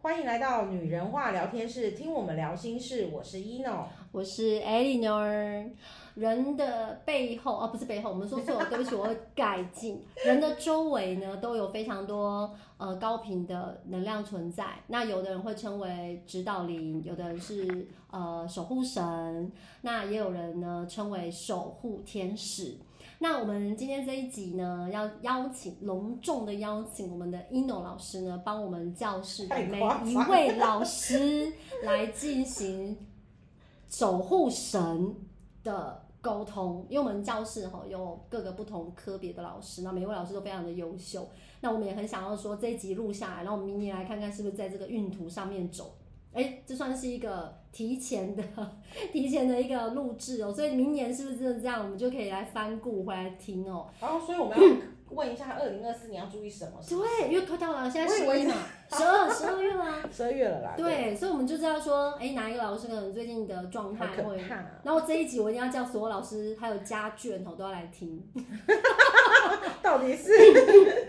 欢迎来到女人话聊天室，听我们聊心事。我是 ino，我是 Eleanor。人的背后啊，不是背后，我们说错了，对不起，我会改进。人的周围呢，都有非常多呃高频的能量存在。那有的人会称为指导灵，有的人是呃守护神，那也有人呢称为守护天使。那我们今天这一集呢，要邀请隆重的邀请我们的 ino 老师呢，帮我们教室的太每夸张一位老师来进行守护神的沟通，因为我们教室哈有各个不同科别的老师，那每一位老师都非常的优秀。那我们也很想要说这一集录下来，然后我们明年来看看是不是在这个运图上面走。哎，这算是一个提前的、 提前的一个录制哦，所以明年是不是真的这样，我们就可以来翻顾回来听哦。然后所以我们要问一下，二零二四年要注意什么？对，因为快到了，现在我以十为一嘛，十二、十二 月啦。十二月了啦，，对，所以我们就知道说，哎，哪一个老师可能最近的状态好可会怕啊。然后这一集我一定要叫所有老师还有家眷哦都要来听，到底 是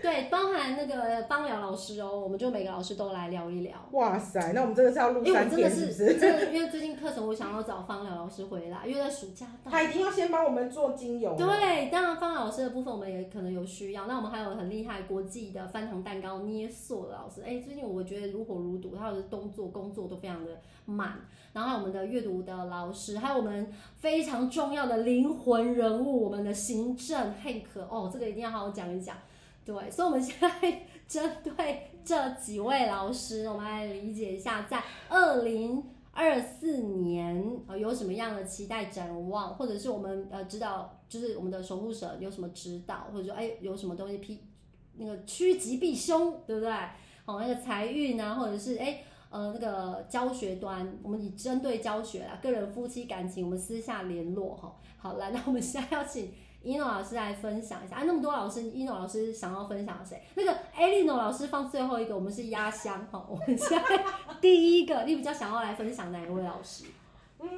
对，包含那个芳疗老师哦，我们就每个老师都来聊一聊。哇塞，那我们真的是要录因为哎我三真的天，是是不是？真的，因为最近课程我想要找芳疗老师回来，因为在暑假到。他一定要先帮我们做精油，，对，当然芳疗老师的部分我们也可能有需要。那我们还有很厉害国际的翻糖蛋糕捏塑的老师，哎，最近我觉得如火如荼，他的动作工作都非常的满。然后还有我们的阅读的老师，还有我们非常重要的灵魂人物，我们的行政 Hank 哦，这个一定要好好讲一讲。对，所以我们现在 针对这几位老师，我们来理解一下，在二零二四年呃有什么样的期待展望，或者是我们呃指导，就是我们的守护神有什么指导，或者说哎有什么东西批那个趋吉避凶，对不对？哦，那个财运啊，或者是哎。呃，那个教学端，我们以针对教学啦，个人夫妻感情，我们私下联络哈。好了，那我们现在要请一诺老师来分享一下。啊，那么多老师，一诺老师想要分享谁？那个艾莉诺老师放最后一个，我们是压箱哈。我们现在第一个，你比较想要来分享哪一位老师嗯，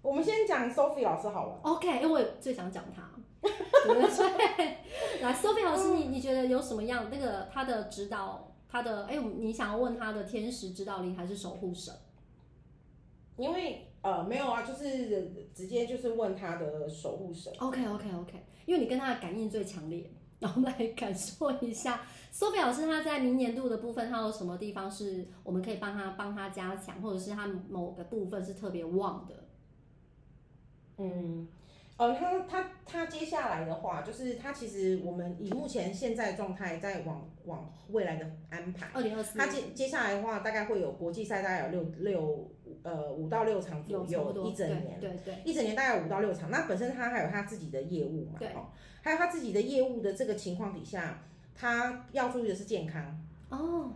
我们先讲 Sophie 老师好了。 ？OK，因为我最想讲他。对嗯不 对，来，Sophie 老师，你你觉得有什么样那个他的指导，他的哎，你想要问他的天使指导灵还是守护神？因为呃没有啊，就是直接就是问他的守护神。 OK OK OK，因为你跟他的感应最强烈，然后我们来感受一下苏菲老师他在明年度的部分，他有什么地方是我们可以帮他帮他加强，或者是他某个部分是特别旺的？嗯，呃，他他他接下来的话，就是他其实我们以目前现在状态在往往未来的安排，二零二四他接接下来的话大概会有国际赛，大概有六六呃五到六场左有差不右，多一整年。对对对，一整年大概五到六场，那本身他还有他自己的业务嘛，对哦，还有他自己的业务的这个情况底下，他要注意的是健康。哦，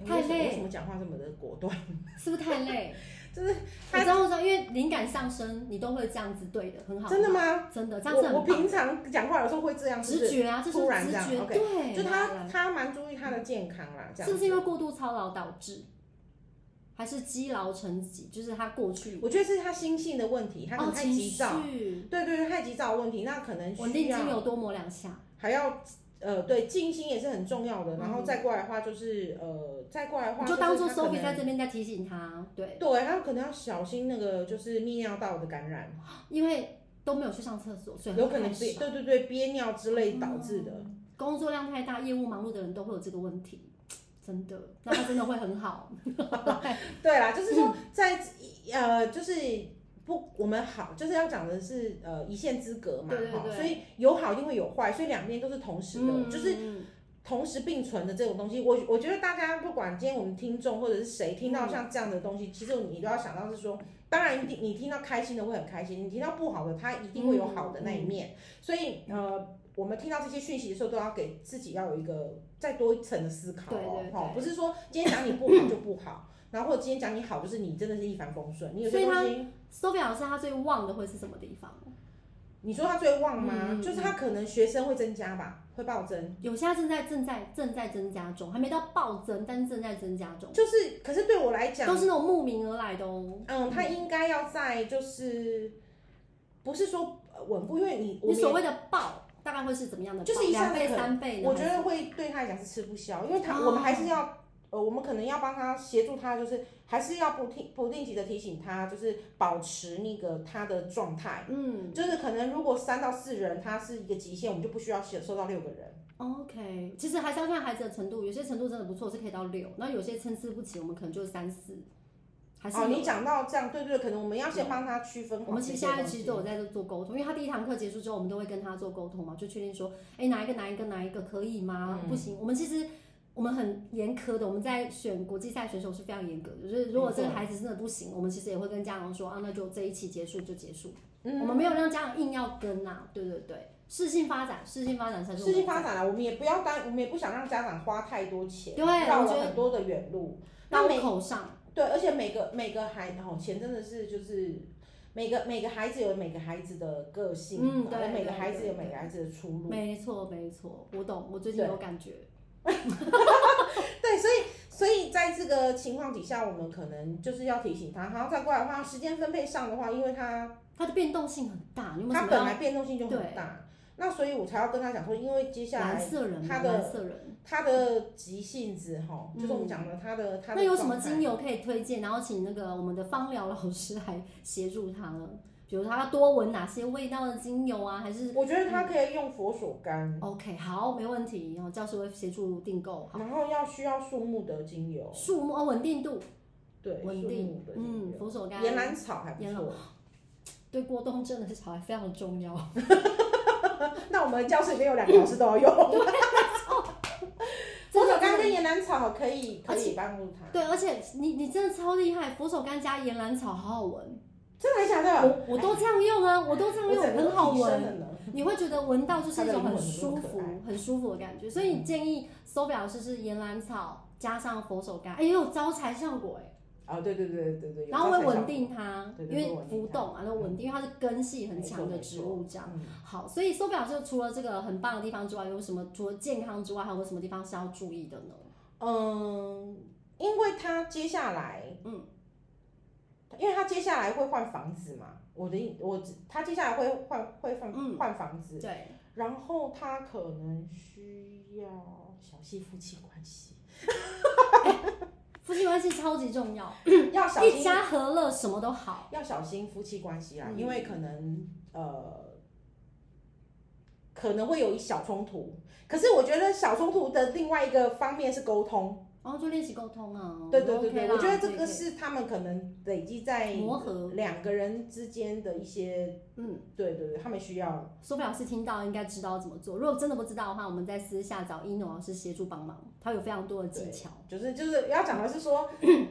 你太为什么累为什么讲话这么的果断？是不是太累？ 就是我他知道我知道，因为灵感上升，你都会这样子对的，很好，真的吗？真的这样子我我很棒平常讲话有时候会这样，是不直是？觉啊，这是突然直这样觉， ，OK 对，就来他来他蛮注意他的健康啦，这样是不是因子为过度操劳导致，还是积劳成疾？就是他过去我觉得是他心性的问题，他可哦能太情急绪躁，对对对，太急躁的问题，那可能稳需定要金有多磨两下，还要呃对静心也是很重要的，然后嗯再过来的话就是呃再过来的话你就当做做 Sophie 在这边在提醒他，对，对，他可能要小心那个就是泌尿道的感染，因为都没有去上厕所，所以有可能是憋对对对憋尿之类导致的。嗯工作量太大，业务忙碌的人都会有这个问题，真的，那他真的会很好。对啦，就是说在、呃，就是不，我们好就是要讲的是呃一线之隔嘛，对对嗯哈对所以有好一定会有坏，所以两边都 是同时的，就是是同时并存的这种东西。我我觉得大家不管今天我们听众或者是谁听嗯到像这样的东西，其实你都要想到是说，当然一定你听到开心的会很开心，你听到不好的它一定会有好的那一嗯面，所以呃。我们听到这些讯息的时候，都要给自己要有一个再多一层的思考对哦对，哈不对是说今天讲你不好就不 好，然后或者今天讲你好，就是你真的是一帆风顺。你有些所以东他西， Sophie 老师他最旺的会是什么地方？你说他最旺吗？嗯嗯嗯就是他可能学生会增加吧，会暴增。有些正在正在正在增加中，还没到暴增，但是正在增加中，就是，可是对我来讲都，是那种慕名而来的哦。嗯，他应该要在就是，不是说呃稳固，因为你我你们所谓的爆，大概会是怎么样的爆？就是一下两子倍、可能三倍呢？我觉得会对他来讲是吃不消，因为他、哦我们还是要呃，我们可能要帮他协助他，就是还是要不定不定期的提醒他，就是保持那个他的状态。嗯就是可能如果三到四人，它是一个极限，我们就不需要收收到六个人。 ，OK，其实还是要看孩子的程度，有些程度真的不错，是可以到六，那有些参差不齐，我们可能就是三四，还是哦，有你讲到这样，对对，可能我们要先帮他区分好我们其实现在这些其实东都西有在做沟通，因为他第一堂课结束之后，我们都会跟他做沟通嘛，就确定说，哎、哪一个哪一个哪一个可以吗？嗯不行，我们其实我们很严苛的，我们在选国际赛选手是非常严格的，就是如果这个孩子真的不行，我们其实也会跟家长说啊，那就这一期结束就结束，嗯我们没有让家长硬要跟啊，对对对，适性发展，适性发展才是我事们情发展了，我们也不要担，我们也不想让家长花太多钱，对绕我觉了得很多的远路。那刀每口上，对，而且每个每个孩哦，钱真的是就是每个每个孩子有每个孩子的个性，嗯然后对每个对孩子对有每个孩子的出路。没错没错，我懂，我最近有感觉，对，所以所以在这个情况底下，我们可能就是要提醒他，然后再过来的话，时间分配上的话，因为他它的变动性很大，啊你有没有他什么本要来变动性就很大，那所以我才要跟他讲说，因为接下蓝来色人吗？他的蓝色人。他的急性子哈，嗯就是我们讲的他的他的那有什么状态精油可以推荐？然后请那个我们的芳疗老师来协助他呢？比如他要多闻哪些味道的精油啊？还是我觉得他可以用佛手柑， OK 好，没问题。然后教授会协助订购好然后要需要树木的精油，树木哦，稳定度，对，树稳木定的，精嗯，油，佛手柑，岩兰草还不岩兰错。对过动症的小孩非常重要。 那我们教室里面有两个老师都要用， 佛真手柑的真的跟岩兰草可以可而以帮助他，对，而且你你真的超厉害，佛手柑加岩兰草好好闻，真的还假的？我我都这样用啊，我都这样用，啊整个很好提闻升。了呢。你会觉得闻到就是一种很它舒的灵魂服有多可、嗯很舒服的感觉，所以你建议 Sophia 老师是岩兰草加上佛手柑，哎，也有招财效果哎，哦，对对对对对对，有然后会招财效稳果，定它，对因对对为浮动啊，那稳定，因为它是根系很强的植物这样。嗯好，所以 Sophia 老师除了这个很棒的地方之外，有什么除了健康之外，还有什么地方是要注意的呢？嗯，因为他接下来，嗯，因为他接下来会换房子嘛，我的意我他接下来会换会换、嗯换房子，对，然后他可能需要小心夫妻关 系，夫妻关系超级重要，要小一心家和乐什么都好。要小心夫妻关系啦，啊嗯因为可能呃。可能会有一小冲突，可是我觉得小冲突的另外一个方面是沟通，然后就练习沟通啊，对对对 OK 对，啦我觉得这可以个是他们可能累积可在以磨合，两个人之间的一些，嗯。对对对，他们需要，苏菲老师听到应该知道怎么做。如果真的不知道的话，我们在私下找一诺老师协助帮忙，他有非常多的技巧。就是就是要讲的是 说，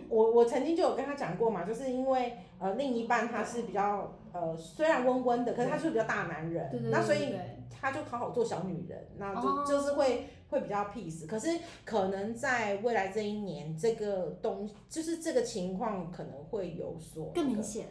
我我曾经就有跟他讲过嘛，就是因为呃另一半他是比较呃虽然温温的，可是他就是比较大男人，对对对那所对以对他就好好做小女人，那就、哦就是会会比较 peace，可是可能在未来这一年这个东就是这个情况可能会有所更那明个显，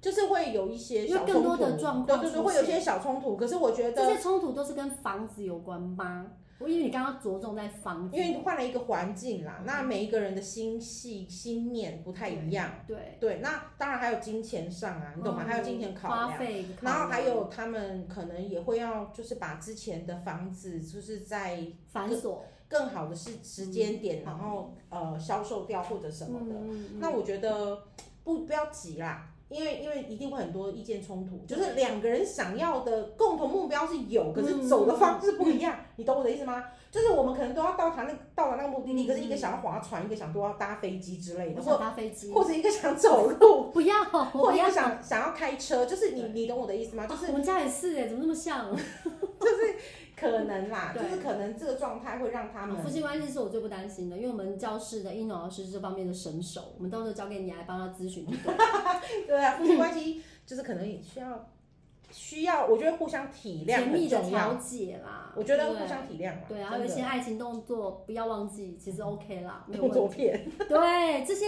就是会有一些因为小更多冲的突状对况对对，出会有一些现小冲突，可是我觉得这些冲突都是跟房子有关吗？我因为你刚刚着重在房子，因为换了一个环境啦，嗯那每一个人的心系、心念不太一样。对，对，那当然还有金钱上啊，你懂吗？嗯还有金钱考花量，费，然后还有他们可能也会要，就是把之前的房子，就是在繁琐更好的时时间点，嗯然后呃销售掉或者什么的。嗯嗯那嗯我觉得不不要急啦，因为因为一定会很多意见冲突，就是两个人想要的共同目标是有，可是走的方式不一嗯样，你懂我的意思吗？就是我们可能都要到达那个到达那个目的地，嗯可是一个想要划船，一个想都要搭飞机之类的，我或想搭飞机，或者一个想走路，不要， 我或不一要个。想想要开车，就是你对你懂我的意思吗？就是啊我们家也是哎，怎么那么像？可能啦，就对是可能这个状态会让他们夫妻关系是我最不担心的，因为我们教室的一诺老师这方面的神手，我们到时候交给你来帮他咨询就对了对啊，夫妻关系就是可能也需要需要，我觉得互相体谅甜蜜很的重要调。解啦。我觉得对互相体谅啦，对啊，还真有的一些爱情动作不要忘记，其实 OK 啦，没有动作问题。片，对，这些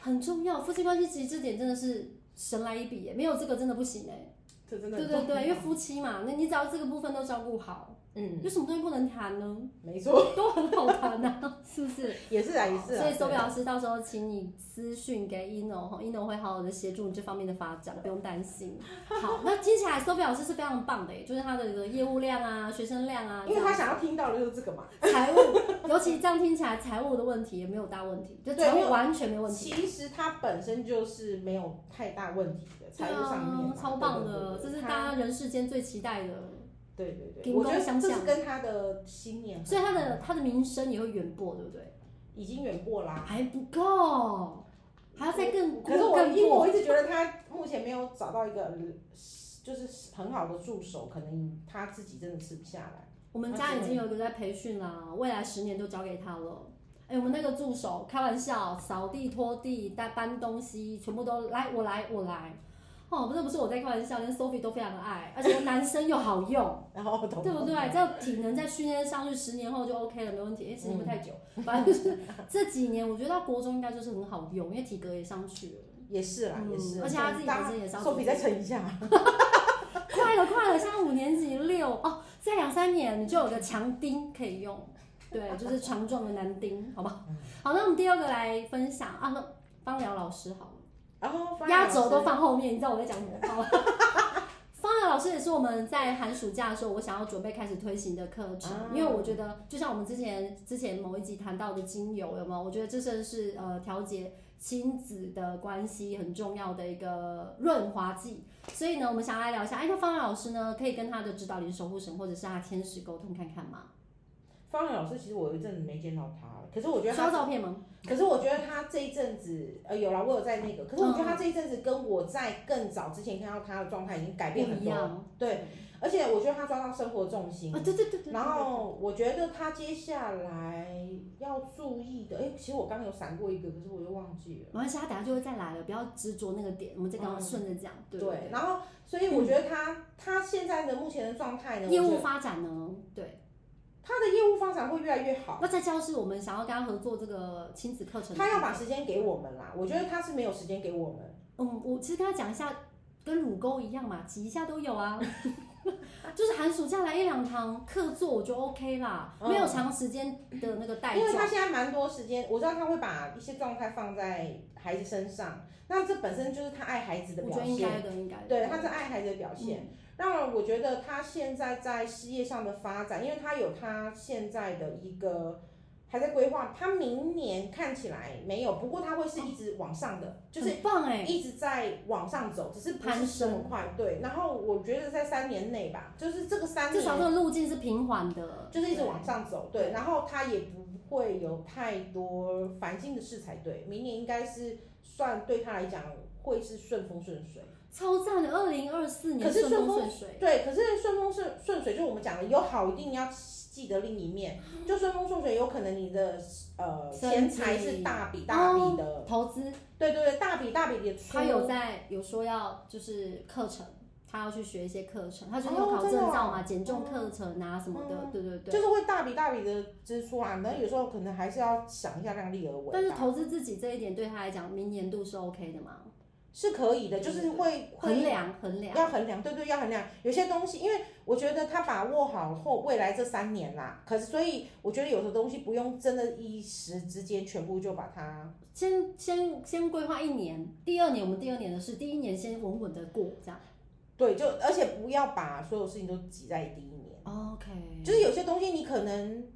很重要，夫妻关系其实这点真的是神来一笔耶，没有这个真的不行哎。这真的对很重啊对要对，因为夫妻嘛，那你只要这个部分都照顾好，嗯，有什么东西不能谈呢？没错，都很好谈啊， 是不是？也是啊，也是啊。所以对周表老师到时候请你私讯给 ino 哈，ino 会好好的协助你这方面的发展，不用担心。好，那接下来周表老师是非常棒的耶，就是他的这个业务量啊、学生量啊，因为他这样想要听到的就是这个嘛。财务，尤其这样听起来财务的问题也没有大问题，就对财因务为完全没问题。其实他本身就是没有太大问题的，对财务上面啊嘛，超棒的，对对这对是他大家人世间最期待的。对对对，顶我觉峰得相这向是跟他的信念很，所以他的他的名声也会远播，对不对？已经远过啦。还不够，还要再更可是我更因为过。我一直觉得他目前没有找到一个就是很好的助手，可能他自己真的吃不下来。我们家已经有一个在培训啦，未来十年都交给他了。哎、我们那个助手开玩笑，扫地、拖地、带搬东西，全部都来我来我来。哦，不是不是我在开玩笑，连 Sophie 都非常的爱，而且男生又好用。然后 我懂对不对？这个体能在训练上去，十年后就 OK 了，没问题。哎，十年不嗯太久，反正就是 这几年，我觉得到国中应该就是很好用，因为体格也上去了，也是啦，嗯也是。而且他自己本身也上手去比再撑一下， 快了快了，现在五年级六哦，再两三年你就有个强丁可以用，对，就是强壮的男丁，好不好？好，那我们第二个来分享啊，那方疗老师好了。然后发压老轴师都放后面，你知道我在讲什么吗？ 方疗老师也是我们在寒暑假的时候，我想要准备开始推行的课程，啊因为我觉得就像我们之前之前某一集谈到的精油，有没有？我觉得这真的是呃调节亲子的关系很重要的一个润滑剂。所以呢，我们想要来聊一下，哎，那方疗老师呢，可以跟他的指导灵守护神或者是他的天使沟通看看吗？方圆老师，其实我有一阵子没见到他了，可是我觉得收到他，照片吗？可是我觉得他这一阵子，呃，有啦，我有在那个，可是我觉得嗯他这一阵子跟我在更早之前看到他的状态已经改不变很一多了，样。嗯对，而且我觉得他抓到生活重心啊，，对对对对。然后我觉得他接下来要注意的，哎、其实我刚刚有闪过一个，可是我又忘记了。没关系，他等下就会再来了，不要执着那个点，我们再刚刚嗯顺着讲，对对对。然后所以我觉得他、他现在的目前的状态呢，业我觉务得发展呢，对，他的业务发展会越来越好。那在教室我们想要跟他合作这个亲子课程，他要把，时间给我们啦，我觉得他是没有时间给我们。嗯，我其实跟他讲一下，跟乳沟一样嘛，挤一下都有啊， 就是寒暑假来一两堂课做我就 OK 啦，嗯没有长时间的那个带因为状他，现在蛮多时间，我知道他会把一些状态放在孩子身上，那这本身就是他爱孩子的我表觉得应现，该的，应该的，对，他是爱孩子的表现。嗯那我觉得他现在在事业上的发展，因为他有他现在的一个还在规划，他明年看起来没有，不过他会是一直往上的，就是很棒哎，一直在往上走，只是不攀是这么升快。对，然后我觉得在三年内吧，就是这个三至少这年个路径是平缓的，就是一直对往上走，对，然后他也不会有太多烦心的事才对，明年应该是算对他来讲会是顺风顺水。超赞的，二零二四年可是顺风顺顺水，对，可是顺风顺顺水，就我们讲的有好，一定要记得另一哦面。就顺风顺水，有可能你的呃升钱财级是大哦笔大笔的，投资对对对，大笔大笔的出。他有在有说要就是课程，他要去学一些课程，他就是要哦考证真的哦哦照嘛，减重课程啊什么的，对对就对。是会大笔大笔的支出啦，那有时候可能还是要想一下量力而但为是吧，投资自己这一点对他来讲，明年度是 OK 的嘛？是可以的，就是会衡会量衡量，要衡量，对对，要衡量有些东西，因为我觉得他把握好后未来这三年啦，可是所以我觉得有的东西不用真的一时之间全部就把它，先先先规划一年，第二年我们第二年的事，第一年先稳稳的过这样。对，就而且不要把所有事情都挤在第一年。 OK，就是有些东西你可能，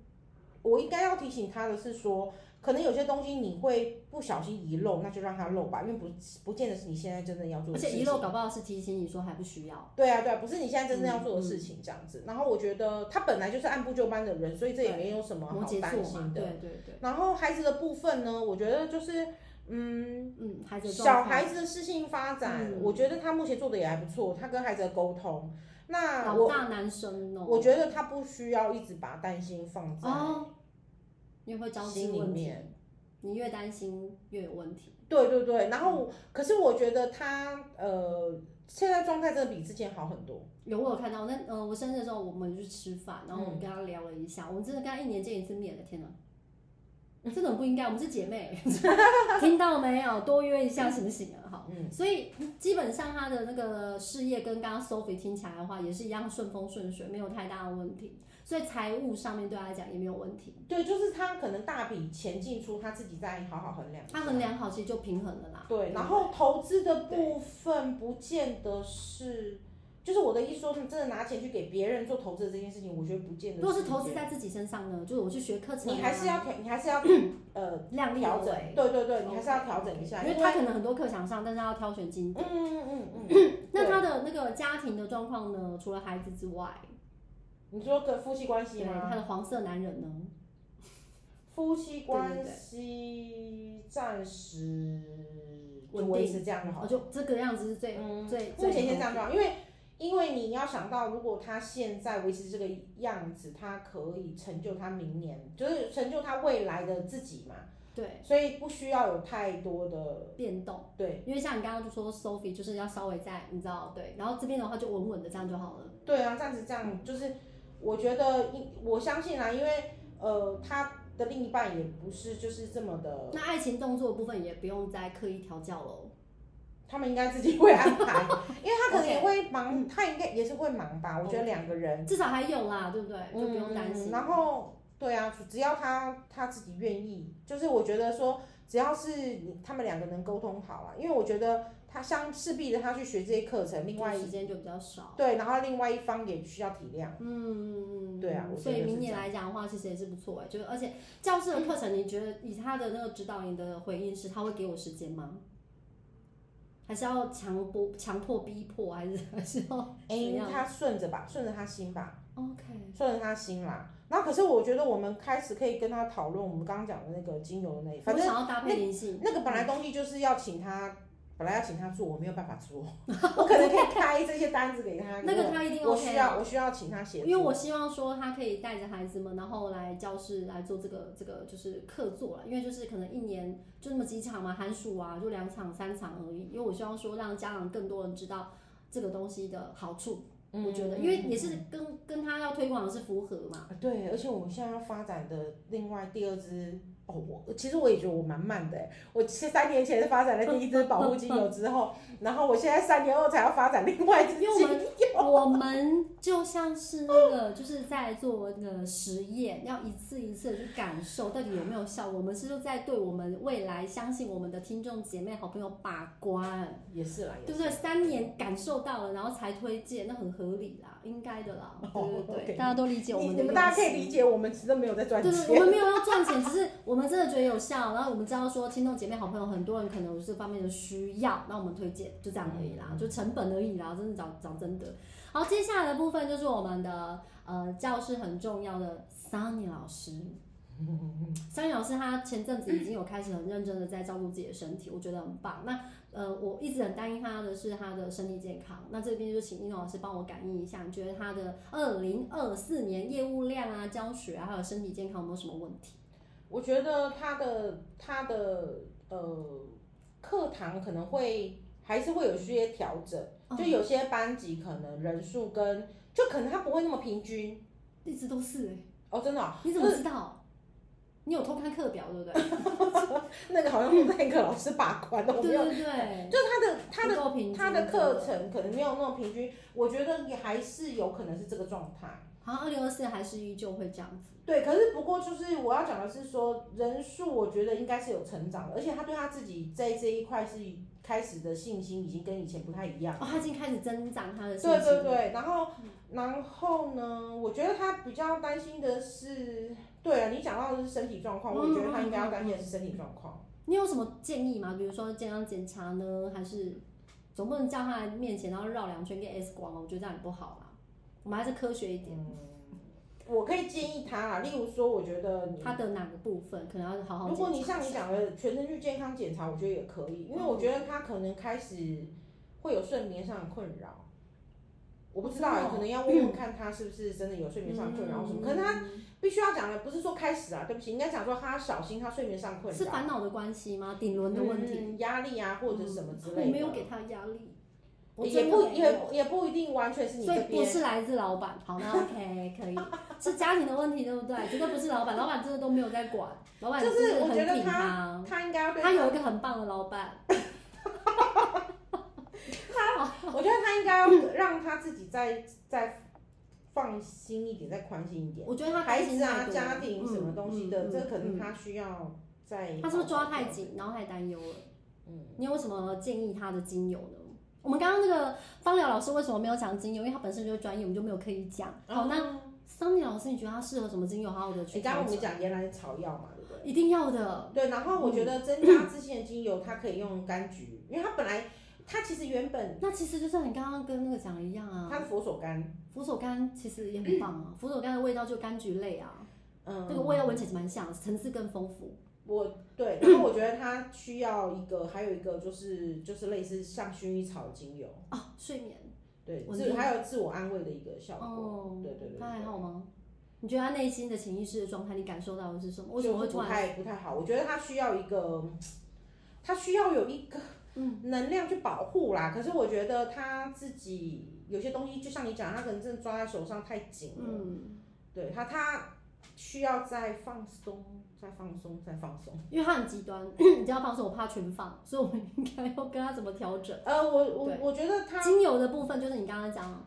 我应该要提醒他的是说，可能有些东西你会不小心遗漏，那就让它漏吧，因为不不见得是你现在真正要做而的事且情。遗漏搞不好是提醒你说还不需要，对啊，对啊，不是你现在真正要嗯做的事情这样子。然后我觉得他本来就是按部就班的人，所以这也没有什么摩好羯担座嘛心，对的。对对，然后孩子的部分呢，我觉得就是，嗯，嗯，孩子的小状孩态，子的事情发展，嗯我觉得他目前做的也还不错，他跟孩子的沟通。那老啊我大男生哦，我觉得他不需要一直把担心放在哦，你会着急心里问题面，你越担心越有问题。对对对，然后、可是我觉得他呃现在状态真的比之前好很多，有我有看到，那呃，我生日的时候我们去吃饭，然后我们跟他聊了一嗯下，我们真的跟他一年见一次面了，天哪！真的很不应该，我们是姐妹， 听到没有？多约一下行不行啊？好，嗯所以基本上他的那个事业跟刚刚 Sophie 听起来的话也是一样顺风顺水，没有太大的问题。所以财务上面对他来讲也没有问题。对，就是他可能大笔钱进出，他自己再好好衡量。他衡。量好其实就平衡了啦。对，然后投资的部分不见得是，就是我的意思说，真的拿钱去给别人做投资的这件事情，我觉得不见得。如果是投资，在自己身上呢，就是我去学课程啊、你还是要调，你还是要呃量力而调整为。。对对对，你还是要调整一下，嗯因因为他可能很多课想上，但是他要挑选嗯精典。嗯嗯嗯， 那他的那个家庭的状况呢？除了孩子之外，你说跟夫妻关系对吗？他的黄色男人呢？夫妻对关对对系暂时就稳定维持这样就好我了。哦就这个样子是最嗯，最目前最先这样就好，因为因为你要想到，如果他现在维持这个样子，他可以成就他明年，就是成就他未来的自己嘛，对所以不需要有太多的变动。对因为像你刚刚就说 Sophie 就是要稍微在你知道对，然后这边的话就稳稳的这样就好了。对啊，暂时这嗯样就是，我觉得因我相信啊，因为呃他的另一半也不是就是这么的，那爱情动作的部分也不用再刻意调教喽。他们应该自己会安 排，因为他可能 OK 也会忙，他应该也是会忙吧。我觉得两个人至少还有啦，对不对？就不用担嗯心。然后对啊，只要他他自己愿意，就是我觉得说，只要是你他们两个能沟通好啊，因为我觉得他像势必的他去学这些课程，另外就一时间就比较少。对，然后另外一方也需要体谅。嗯，对啊我觉所得以是明这年来讲的话，其实也是不错哎、就是而且教师的课程，你觉得以他的那个指导营的回应是，他会给我时间吗？还是要强迫、强迫、逼迫，还是还是要哎、怎样他顺着吧，顺着他心吧。 ？OK，顺着他心啦。然后可是我觉得我们开始可以跟他讨论我们刚刚讲的那个精油的那一，哎反我正想要搭配灵性，那个本来东西就是要请他，本来要请他做，我没有办法 做，我可能可以开这些单子给他。嗯那个他一定我需 OK 啊。要我需要请他写，因为我希望说他可以带着孩子们，然后来教室来做这个这个就是课座了，因为就是可能一年就那么几场嘛，寒暑啊就两场三场而已。因为我希望说让家长更多人知道这个东西的好处，嗯我觉得因为也是跟跟他要推广的是符合嘛，啊对，而且我们现在要发展的另外第二支。哦，我其实我也觉得我蛮慢的哎，我其实三年前发展了第一 支保护精油之后，然后我现在三年后才要发展另外一支因精为油我 们我们就像是那个就是在做那个实验，要一次一次的去感受到底有没有效。我们是就在对我们未来相信我们的听众姐妹好朋友把关。也是啦，也对是不对？三年感受到了，然后才推荐，那很合理啦，应该的啦，哦对对 OK 对，大家都理解我你们的你们大家可以用理心。解，我们其实没有在赚对钱。对，我们没有要赚钱，只 是我们真的觉得有效。然后我们知道说，听众姐妹、好朋友，很多人可能有这方面的需要，那我们推荐就这样而已啦，就成本而已啦，真的讲讲真的。好，接下来的部分就是我们的呃教师很重要的 Sunny 老师。Sunny 老师他前阵子已经有开始很认真的在照顾自己的身体，我觉得很棒。那呃，我一直很担心他的是他的身体健康。那这边就请一诺老师帮我感应一下，你觉得他的二零二四年业务量啊、教学啊，还有身体健康有没有什么问题？我觉得他的他的呃课堂可能会还是会有些调整，哦就有些班级可能人数跟就可能他不会那么平均一直都是、欸，哦，真的哦、你怎么知道？你有偷看课表对不对？ 那个好像是那个老师把关 的，我对没有，对对，就是他的他的不够平均他的课程可能没有那么平均，我觉得也还是有可能是这个状态。好像二零二四还是依旧会这样子。对，可是不过就是我要讲的是说，人数我觉得应该是有成长的，而且他对他自己在这一块是开始的信心已经跟以前不太一样。哦，他已经开始增长他的信对心对对，然后然后呢，我觉得他比较担心的是，对啊，你讲到的是身体状况，我也觉得他应该要担心的是身体状况。你有什么建议吗？比如说健康检查呢，还是总不能叫他来面前然后绕两圈给 X 光了？我觉得这样也不好啦。我们还是科学一点，我可以建议他啊，例如说，我觉得你他的哪个部分可能要好好嗯如检查。果你像你讲的全身去健康检查，我觉得也可以，因嗯为我觉得他可能开始会有睡眠上的困扰，我不知道欸、哦嗯可能要问问看他是不是真的有睡眠上的困扰什么。可能他必须要讲的不是说开始啊，对不起，应该讲说他小心他睡眠上困是扰，烦恼的关系吗？顶轮的问题，嗯压力啊或者什么之我类的。没有给他压力，我也真的不没有也不也不一定完全是你所以这不边。是来自老板，好，那 OK 可以，是家庭的问题，对不对？绝对不是老板，老板真的都没有在管，老板就是是我很觉得挺他他，他应该要对他有一个很棒的老板， 我觉得他应该要让他自己在在放心一点，再宽心一点。我觉得他孩开心子太啊、多家了庭什么东西嗯的，嗯这可能嗯他需要再。他是不是抓太？紧，然后太担忧了？嗯，你有什么建议他的精油呢？我们刚刚那个芳疗老师为什么没有讲精油？因为他本身就是专业，我们就没有刻意讲。好，那那桑尼老师，你觉得他适合什么精油？好好的去哦你刚刚调我们整，嗯讲岩兰草药嘛，对不对？一定要的。对，然后我觉得增加自信的精油，它可以用柑橘，因为它本来它其实原本那其实就是很刚刚跟那个讲的一样啊，它是佛手柑，佛手柑其实也很棒 啊，佛手柑的味道就柑橘类啊，嗯，这个味道闻起来蛮像的，层次更丰富。我对，然后我觉得它需要一个，还有一个就是就是类似像薰衣草精油，啊，睡眠对，稳自定还有自我安慰的一个效果，哦，对对对他还对好吗？你觉得他内心的潜意识的状态，你感受到的是什么？为什么就会是突不然？太不太好。我觉得它需要一个，它需要有一个嗯能量去保护啦。可是我觉得他自己有些东西，就像你讲，他可能真的抓在手上太紧了，嗯，对他，他需要再放松，再放松，再放松。因为他很 极端，你知道放松，我怕全放，所以我们应该要跟他怎么调整。呃，我我对我觉得他，精油的部分就是你刚刚讲，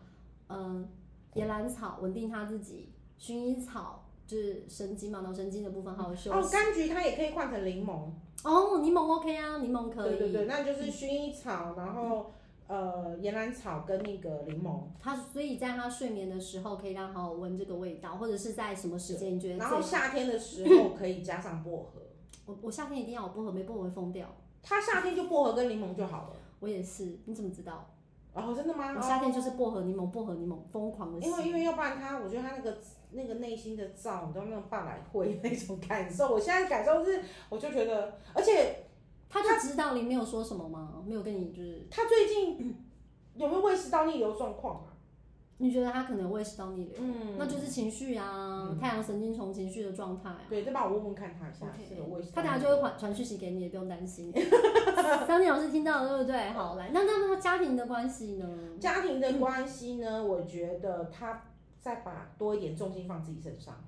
嗯，野兰草稳定他自己，薰衣草就是神经嘛，脑神经的部分好好休哦，息。柑橘它也可以换成柠檬，哦，柠檬 OK 啊，柠檬可以。嗯对对对，那就是薰衣草，然后呃，岩兰草跟那个柠檬，他所以在他睡眠的时候可以让他好好闻这个味道，或者是在什么时间你觉得然最后夏天的时候可以加上薄荷。我我夏天一定要有薄荷，没薄荷会疯掉。它夏天就薄荷跟柠檬就好了。我也是，你怎么知道？哦，真的吗？哦我夏天就是薄荷柠檬，薄荷柠檬疯狂的吸因。为因为要不然他，我觉得他那个那个内心的燥，你知道那种半来会那种感受，我现在感受是，我就觉得，而且他就知道你没有说什么吗？没有跟你就是，他最近有没有胃食道逆流状况啊？你觉得他可能胃食道逆流，嗯，那就是情绪啊，太阳神经丛情绪的状态啊。对，再帮我问问看他一下 OK 这个胃食道他逆等下流。就会传传讯息给你，也不用担心。 张念老师听到了，对不对？好，来，那那那家庭的关系呢？家庭的关系呢，我觉得他再把多一点重心放自己身上，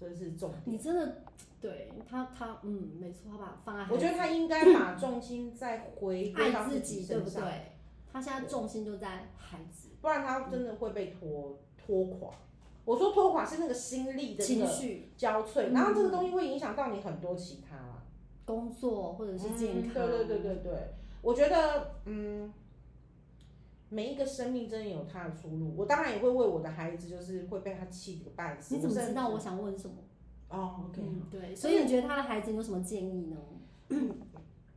这是重你点。真的对他，他嗯，没错，他把放在孩子我觉得他应该把重心再回归到爱自己，己对身不上，对？他现在重心就在孩子不然他真的会被拖拖垮。我说拖垮是那个心力的那情个绪、交瘁，嗯然后这个东西会影响到你很多其他啦，工作或者是健康。嗯对对对对对，我觉得嗯，每一个生命真的有它的出路。我当然也会为我的孩子，就是会被他气个半死。你怎么甚知至道我？想问什么？哦，OK，嗯，对，所以你觉得他的孩子你有什么建议 呢？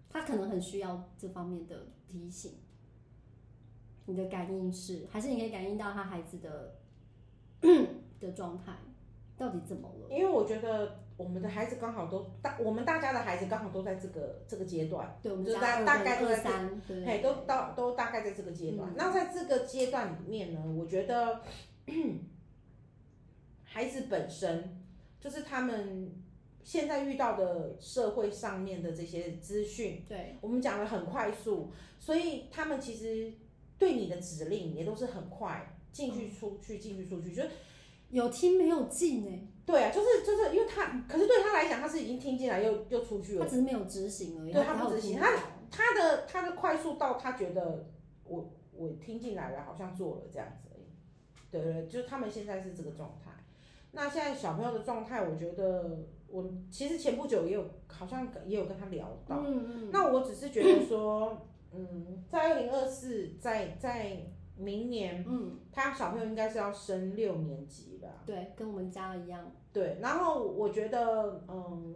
他可能很需要这方面的提醒。你的感应是，还是你可以感应到他孩子的的状态到底怎么了？因为我觉得我们的孩子刚好都大，我们大家的孩子刚好都在这个这个阶段，对，我们就家大二大概跟都二在这三，对对嘿，对都到都大概在这个阶段。那在这个阶段里面呢，我觉得 孩子本身就是他们现在遇到的社会上面的这些资讯，对，我们讲的很快速，所以他们其实对你的指令也都是很快，进去出去，进去出去，就是有听没有进哎、对啊，就是就是因为他，可是对他来讲，他是已经听进来又又出去了他，只是没有执行而已，对他他没不有执行听他到他的他的快速到他觉得我我听进来了，好像做了这样子而已。对对对，就是他们现在是这个状态。那现在小朋友的状态，我觉得我其实前不久也有好像也有跟他聊到，嗯嗯，那我只是觉得说，嗯，在二零二四，在在明年，嗯，他小朋友应该是要升六年级吧？对，跟我们家一样，对，然后我觉得，嗯，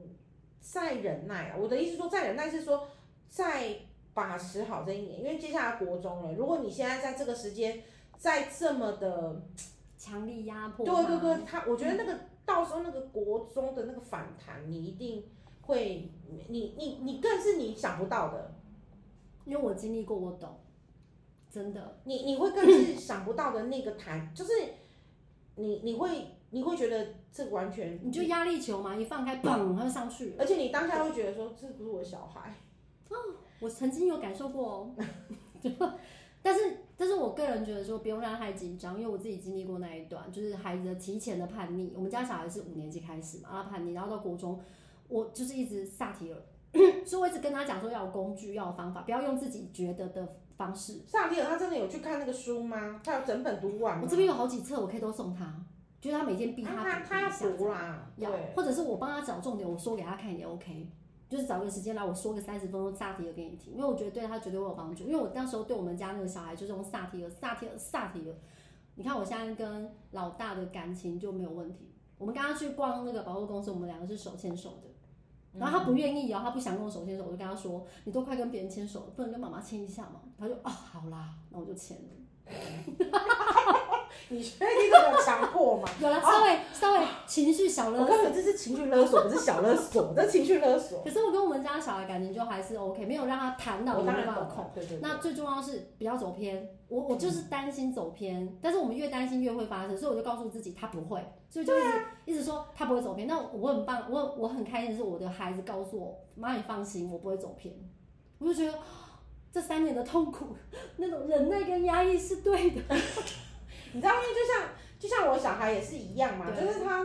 再忍耐啊，我的意思说再忍耐是说再把持好这一年，因为接下来国中了，如果你现在在这个时间再这么的，强力压迫对对他，对，他我觉得那个到时候那个国中的那个反弹，你一定会，你你你更是你想不到的，因为我经历过，我懂，真的，你你会更 是想不到的那个弹，就是你你会你会觉得这完全你就压力球嘛，一放开，嘣，它就上去了。而且你当下会觉得说这不是我小孩，我曾经有感受过哦， 但是但是我个人觉得说不用让他太紧张，因为我自己经历过那一段，就是孩子的提前的叛逆。我们家小孩是五年级开始嘛，然后叛逆，然后到国中，我就是一直萨提尔， 所以我一直跟他讲说要有工具，要有方法，不要用自己觉得的方式。萨提尔他真的有去看那个书吗？他有整本读完吗？我这边有好几册，我可以都送他，就是他每天逼啊他他读他一下要读啦，要对，，或者是我帮他找重点，我说给他看也 OK，就是找个时间来我说个三十分钟萨提尔给你听，因为我觉得对他绝对会有帮助。因为我那时候对我们家那个小孩就是用萨提尔、萨提尔、萨提尔。你看我现在跟老大的感情就没有问题。我们刚刚去逛那个百货公司，我们两个是手牵手嗯的，然后他不愿意哦，他不想跟我手牵手，我就跟他说：“你都快跟别人牵手了，不能跟妈妈牵一下吗？”他就啊、好啦，那我就牵了。你确定这个强迫 吗？有了，稍微、稍微情绪小了哦我根本这是情绪勒索，不是小勒索，这是情绪勒 索。可是我跟我们家小孩感情就还是 OK，没有让他谈到我我没哦当有然办懂法控。了，对对对。那最重要是不要走偏，我我就是担心走偏，但是我们越担心越会发生，所以我就告诉自己他不会，所以就一直、啊一直说他不会走偏。那我很棒，我我很开心的是我的孩子告诉我，妈你放心，我不会走偏。我就觉得 这三年的痛苦， 那种忍耐跟压抑是对的。你知道，因为就像就像我小孩也是一样嘛，对就是他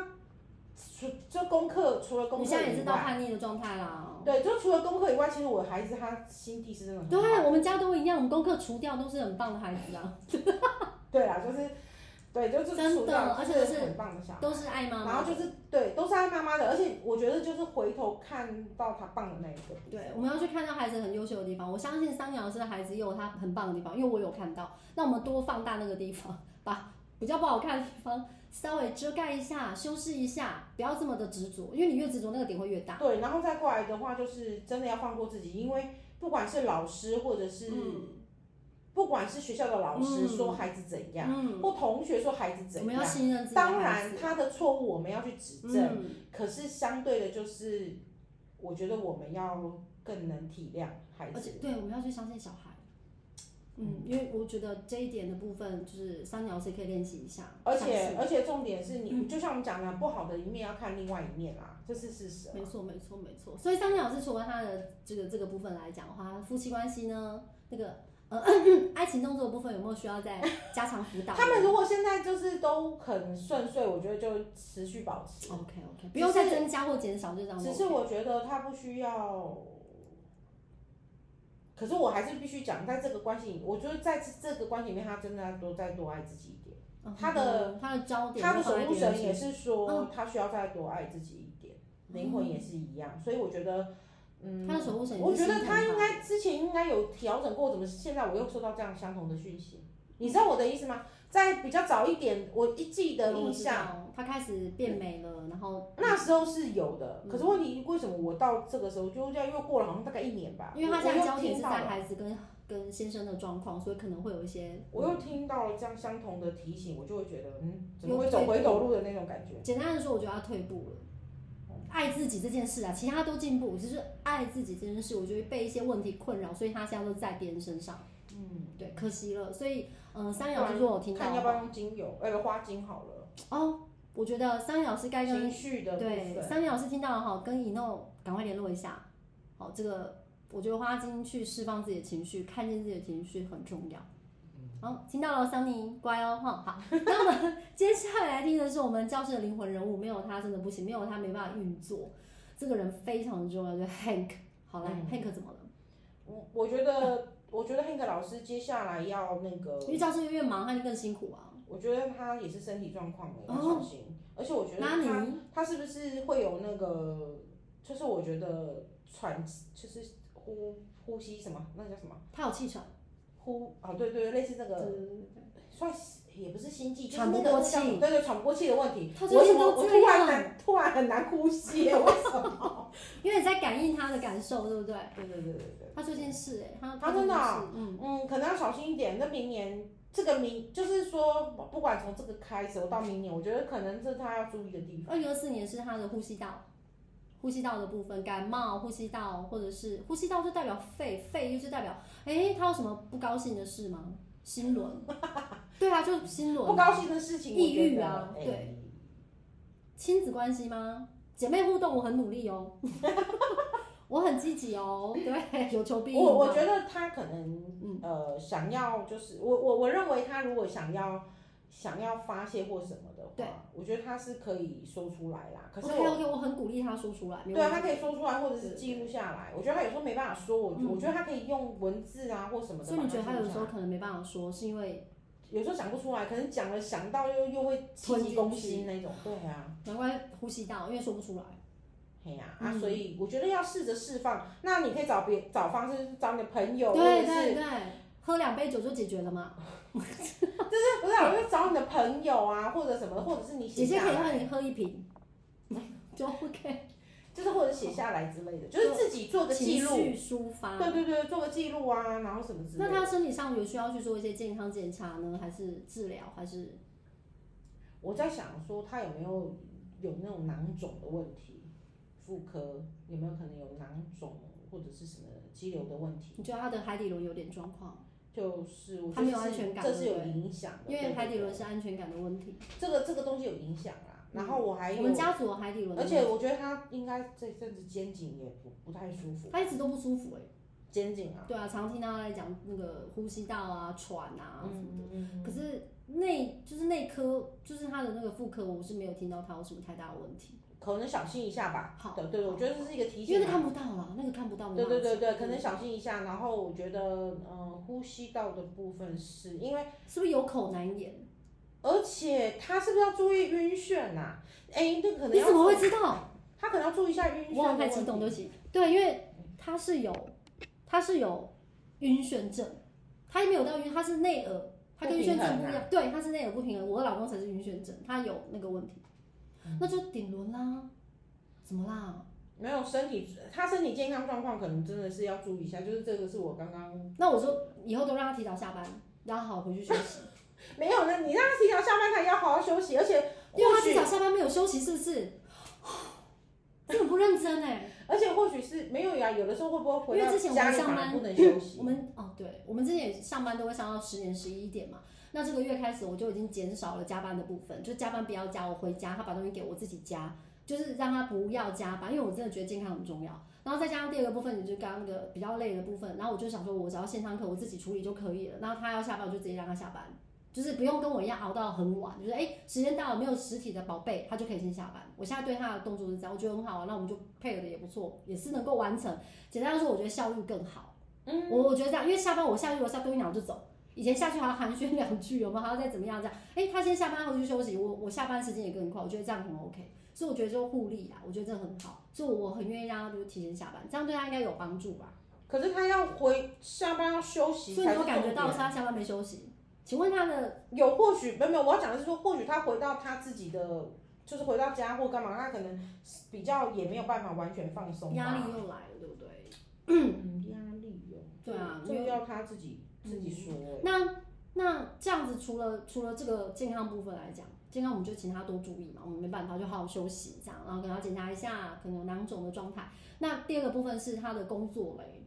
除就功课除了功你课现在也是以到外，叛逆的状态啦。对，就除了功课以外，其实我孩子他心地是真的很好。对，我们家都一样，我们功课除掉都是很棒的孩子啊，对啦，就是对，就是真的除掉而且就是很棒的小孩。都是爱妈然妈后。就是对，都是爱妈妈的，而且我觉得就是回头看到他棒的那一个，对，我们要去看到孩子很优秀的地方。我相信桑阳老师的孩子也有他很棒的地方，因为我有看到。那我们多放大那个地方，把比较不好看的地方稍微遮盖一下、修饰一下，不要这么的执着，因为你越执着，那个点会越大。对，然后再过来的话，就是真的要放过自己，因为不管是老师或者是、不管是学校的老师嗯说孩子怎样，嗯，或同学说孩子我怎们要样，信任自己的当孩然子。他的错误我们要去指正，嗯，可是相对的，就是我觉得我们要更能体谅孩而子且。对，我们要去相信小孩。嗯，因为我觉得这一点的部分，就是桑阳老师可以练习一下。而相且信而且重点是嗯你，就像我们讲的，不好的一面要看另外一面啦，这是事实啊。没错，没错，没错。所以三老师除了他的这个这个部分来讲的话，夫妻关系呢，那个呃 爱情动作的部分有没有需要再加强辅导？他们如果现在就是都很顺遂，我觉得就持续保持。 OK OK，不用再增加或减少，就这样。只是我觉得他不需要，可是我还是必须讲，在这个关系里，我觉得在这个关系里面，他真的要多再多爱自己一点。嗯他的他的焦点他的都放守在护别人神也身是说，他需要再多爱自己一点，嗯灵魂也是一样，所以我觉得，嗯上，他的守护神也是我觉得心疼他应该之前应该有调整过，怎么现在我又收到这样相同的讯息？你知道我的意思吗？在比较早一点，我一记得嗯我印知象，道他开始变美了，然后那时候是有嗯的，可是问题为什么我到这个时候就这样又过了好像大概一年吧？因为他现在焦点是在我又听到了，孩子跟跟先生的状况，所以可能会有一些我又听到了这样相同的提醒，我就会觉得，嗯，怎么有会走退步回头路的那种感觉？简单的说，我觉得他退步了。爱自己这件事啊，其他都进步，只是爱自己这件事，我觉得被一些问题困扰，所以他现在都在别人身上。嗯，对，可惜了。所以，嗯、三阳老师如果有听到看的要不要话，用精油，呃，花精好了，哦，我觉得三阳老师该跟情绪的部对分。三阳老师听到了哈，跟以诺赶快联络一下。好，这个我觉得花精去释放自己的情绪，看见自己的情绪很重要。嗯好，听到了，桑尼，乖哦，哈，好。那我们接下来听的是我们教室的灵魂人物，没有他真的不行，没有他没办法运作。这个人非常重要，就是 Hank。好来、h 嗯 a n k 怎么了？我我觉得，我觉得 Hank 老师接下来要那个，因为教室越忙，他就更辛苦啊。我觉得他也是身体状况的，要哦小心。而且我觉得拉他尼，他是不是会有那个，就是我觉得喘，就是呼呼吸什么，那叫什么他有气喘，呼啊？对对，类似那对个对对对算是也不是心悸，喘不就是那个过气叫什么对对，喘不过气的问题。他我最为什近么都我这突然样啊难突然很难呼吸？ 为什么？因为你在感应他的感受，对不对？对对对对对。他最近是哎、他他真的啊最近是嗯。嗯，可能要小心一点。那明年这个明，就是说，不管从这个开始到明年，我觉得可能是他要注意的地方。二零二四年是他的呼吸道，呼吸道的部分，感冒、呼吸道或者是呼吸道就代表肺，肺又是代表，哎、他有什么不高兴的事吗？心轮， 对啊，就心不轮，高兴的事情，抑郁啊我觉得哎对。亲子关系吗？姐妹互动，我很努力哦， 我很积极哦，对，有求必哎应。我我觉得他可能、嗯呃想要就是我我我认为他如果想要想要发泄或什么的对话，我觉得他是可以说出来啦。可是 OK 我 OK，我很鼓励他说出来，没对啊，问他题。可以说出来，或者是记录下来。我觉得他有时候没办法说，我、我觉得他可以用文字啊或什么的。嗯所以你觉得他有时时候候可能没办法说，是因为有时候讲不出来，可能讲了想到又又会气吞进急去攻心那种。对啊。难怪呼吸道，因为说不出来。哎呀、啊，嗯所以我觉得要试着释放。那你可以找别找方式，就是找你的朋友，或者对是对对，喝两杯酒就解决了嘛。就是 不是、啊，我就找你的朋友啊，或者什么，或者是你写姐姐下可以喝来，你喝一瓶， 就 OK。就是或者写下来之类的，就是自己做个记情录。绪抒发。对对对，做个记录啊，然后什么之类那的。他身体上有需要去做一些健康检查呢，还是治疗，还是我在想说，他有没有有那种囊肿的问题，妇科有没有可能有囊肿或者是什么肌瘤的问题？你觉得他的海底轮有点状况？就是我觉得他没有是安全感这是对不有对影响的，因为对海底对轮是安全感的问题。这个这个东西有影响啦。然后我还有嗯我们家族有海底轮的啊而问题，且我觉得他应该这阵子肩颈也不不太舒服，他一直都不舒服哎、肩颈啊，对啊，常听到他在讲那个呼吸道啊、喘啊什么的。嗯，可是内就是内科，就是他的那个妇科，我是没有听到他有什么太大的问题，可能小心一下吧。好啊对对对，我觉得这是一个提因为醒那啊。看不到啦，那个看不到的。对对对对，可能小心一下。然后我觉得，嗯、呼吸道的部分是因为，是不是有口难言？而且他是不是要注意晕眩呐、哎，那可能你要怎么会知道？他可能要注意一下晕眩的我问好题。太激动，对不起。对，因为他是有，他是有晕眩症，他也没有到晕，他是内耳，他跟晕眩不症不平一衡样。对，他是内耳不平衡。我老公才是晕眩症，他有那个问题，嗯那就顶轮啦，怎么啦？没有身体，他身体健康状况可能真的是要注意一下。就是这个是我刚刚嗯那我说以后都让他提早下班，让他好好回去休 息，没有呢，你让他提早下班，他也要好好休息，而且因为或他提许早下班没有休息，是不是？ 这很不认真哎、而且或许是没有呀，有的时候会不会回因为到之前我家们里上反而班不能休息？啊我们哦，对，我们之前也上班都会上到十点十一点嘛。那这个月开始，我就已经减少了加班的部分，就加班不要加，我回家，他把东西给我自己加，就是让他不要加班，因为我真的觉得健康很重要。然后再加上第二个部分，你就刚刚那个比较累的部分，然后我就想说，我只要线上课我自己处理就可以了。然后他要下班，我就直接让他下班，就是不用跟我一样熬到很晚，就是哎时间到了没有实体的宝贝，他就可以先下班。我现在对他的动作是这样，我觉得很好啊，那我们就配合的也不错，也是能够完成。简单来说，我觉得效率更好。我我觉得这样，因为下班我下去楼下东西拿我就走，以前下去还要寒暄两句，有没有？还要再怎么样这样？哎，他先下班回去休息，我我下班时间也更快，我觉得这样很 OK。所以我觉得就互利啊，我觉得这很好，所以我很愿意让他就是提前下班，这样对他应该有帮助吧？可是他要回下班要休息所以才你是有重感觉点。到他下班没休息？请问他的有或许没有没有，我要讲的是说，或许他回到他自己的，就是回到家或干嘛，他可能比较也没有办法完全放松吧压力又来了，对不对？嗯，压力有。对啊这因个为要他自己自己说、欸。那那这样子，除了除了这个健康部分来讲，健康我们就请他多注意嘛，我们没办法就好好休息这样，然后给他检查一下可能有囊肿的状态。那第二个部分是他的工作嘞，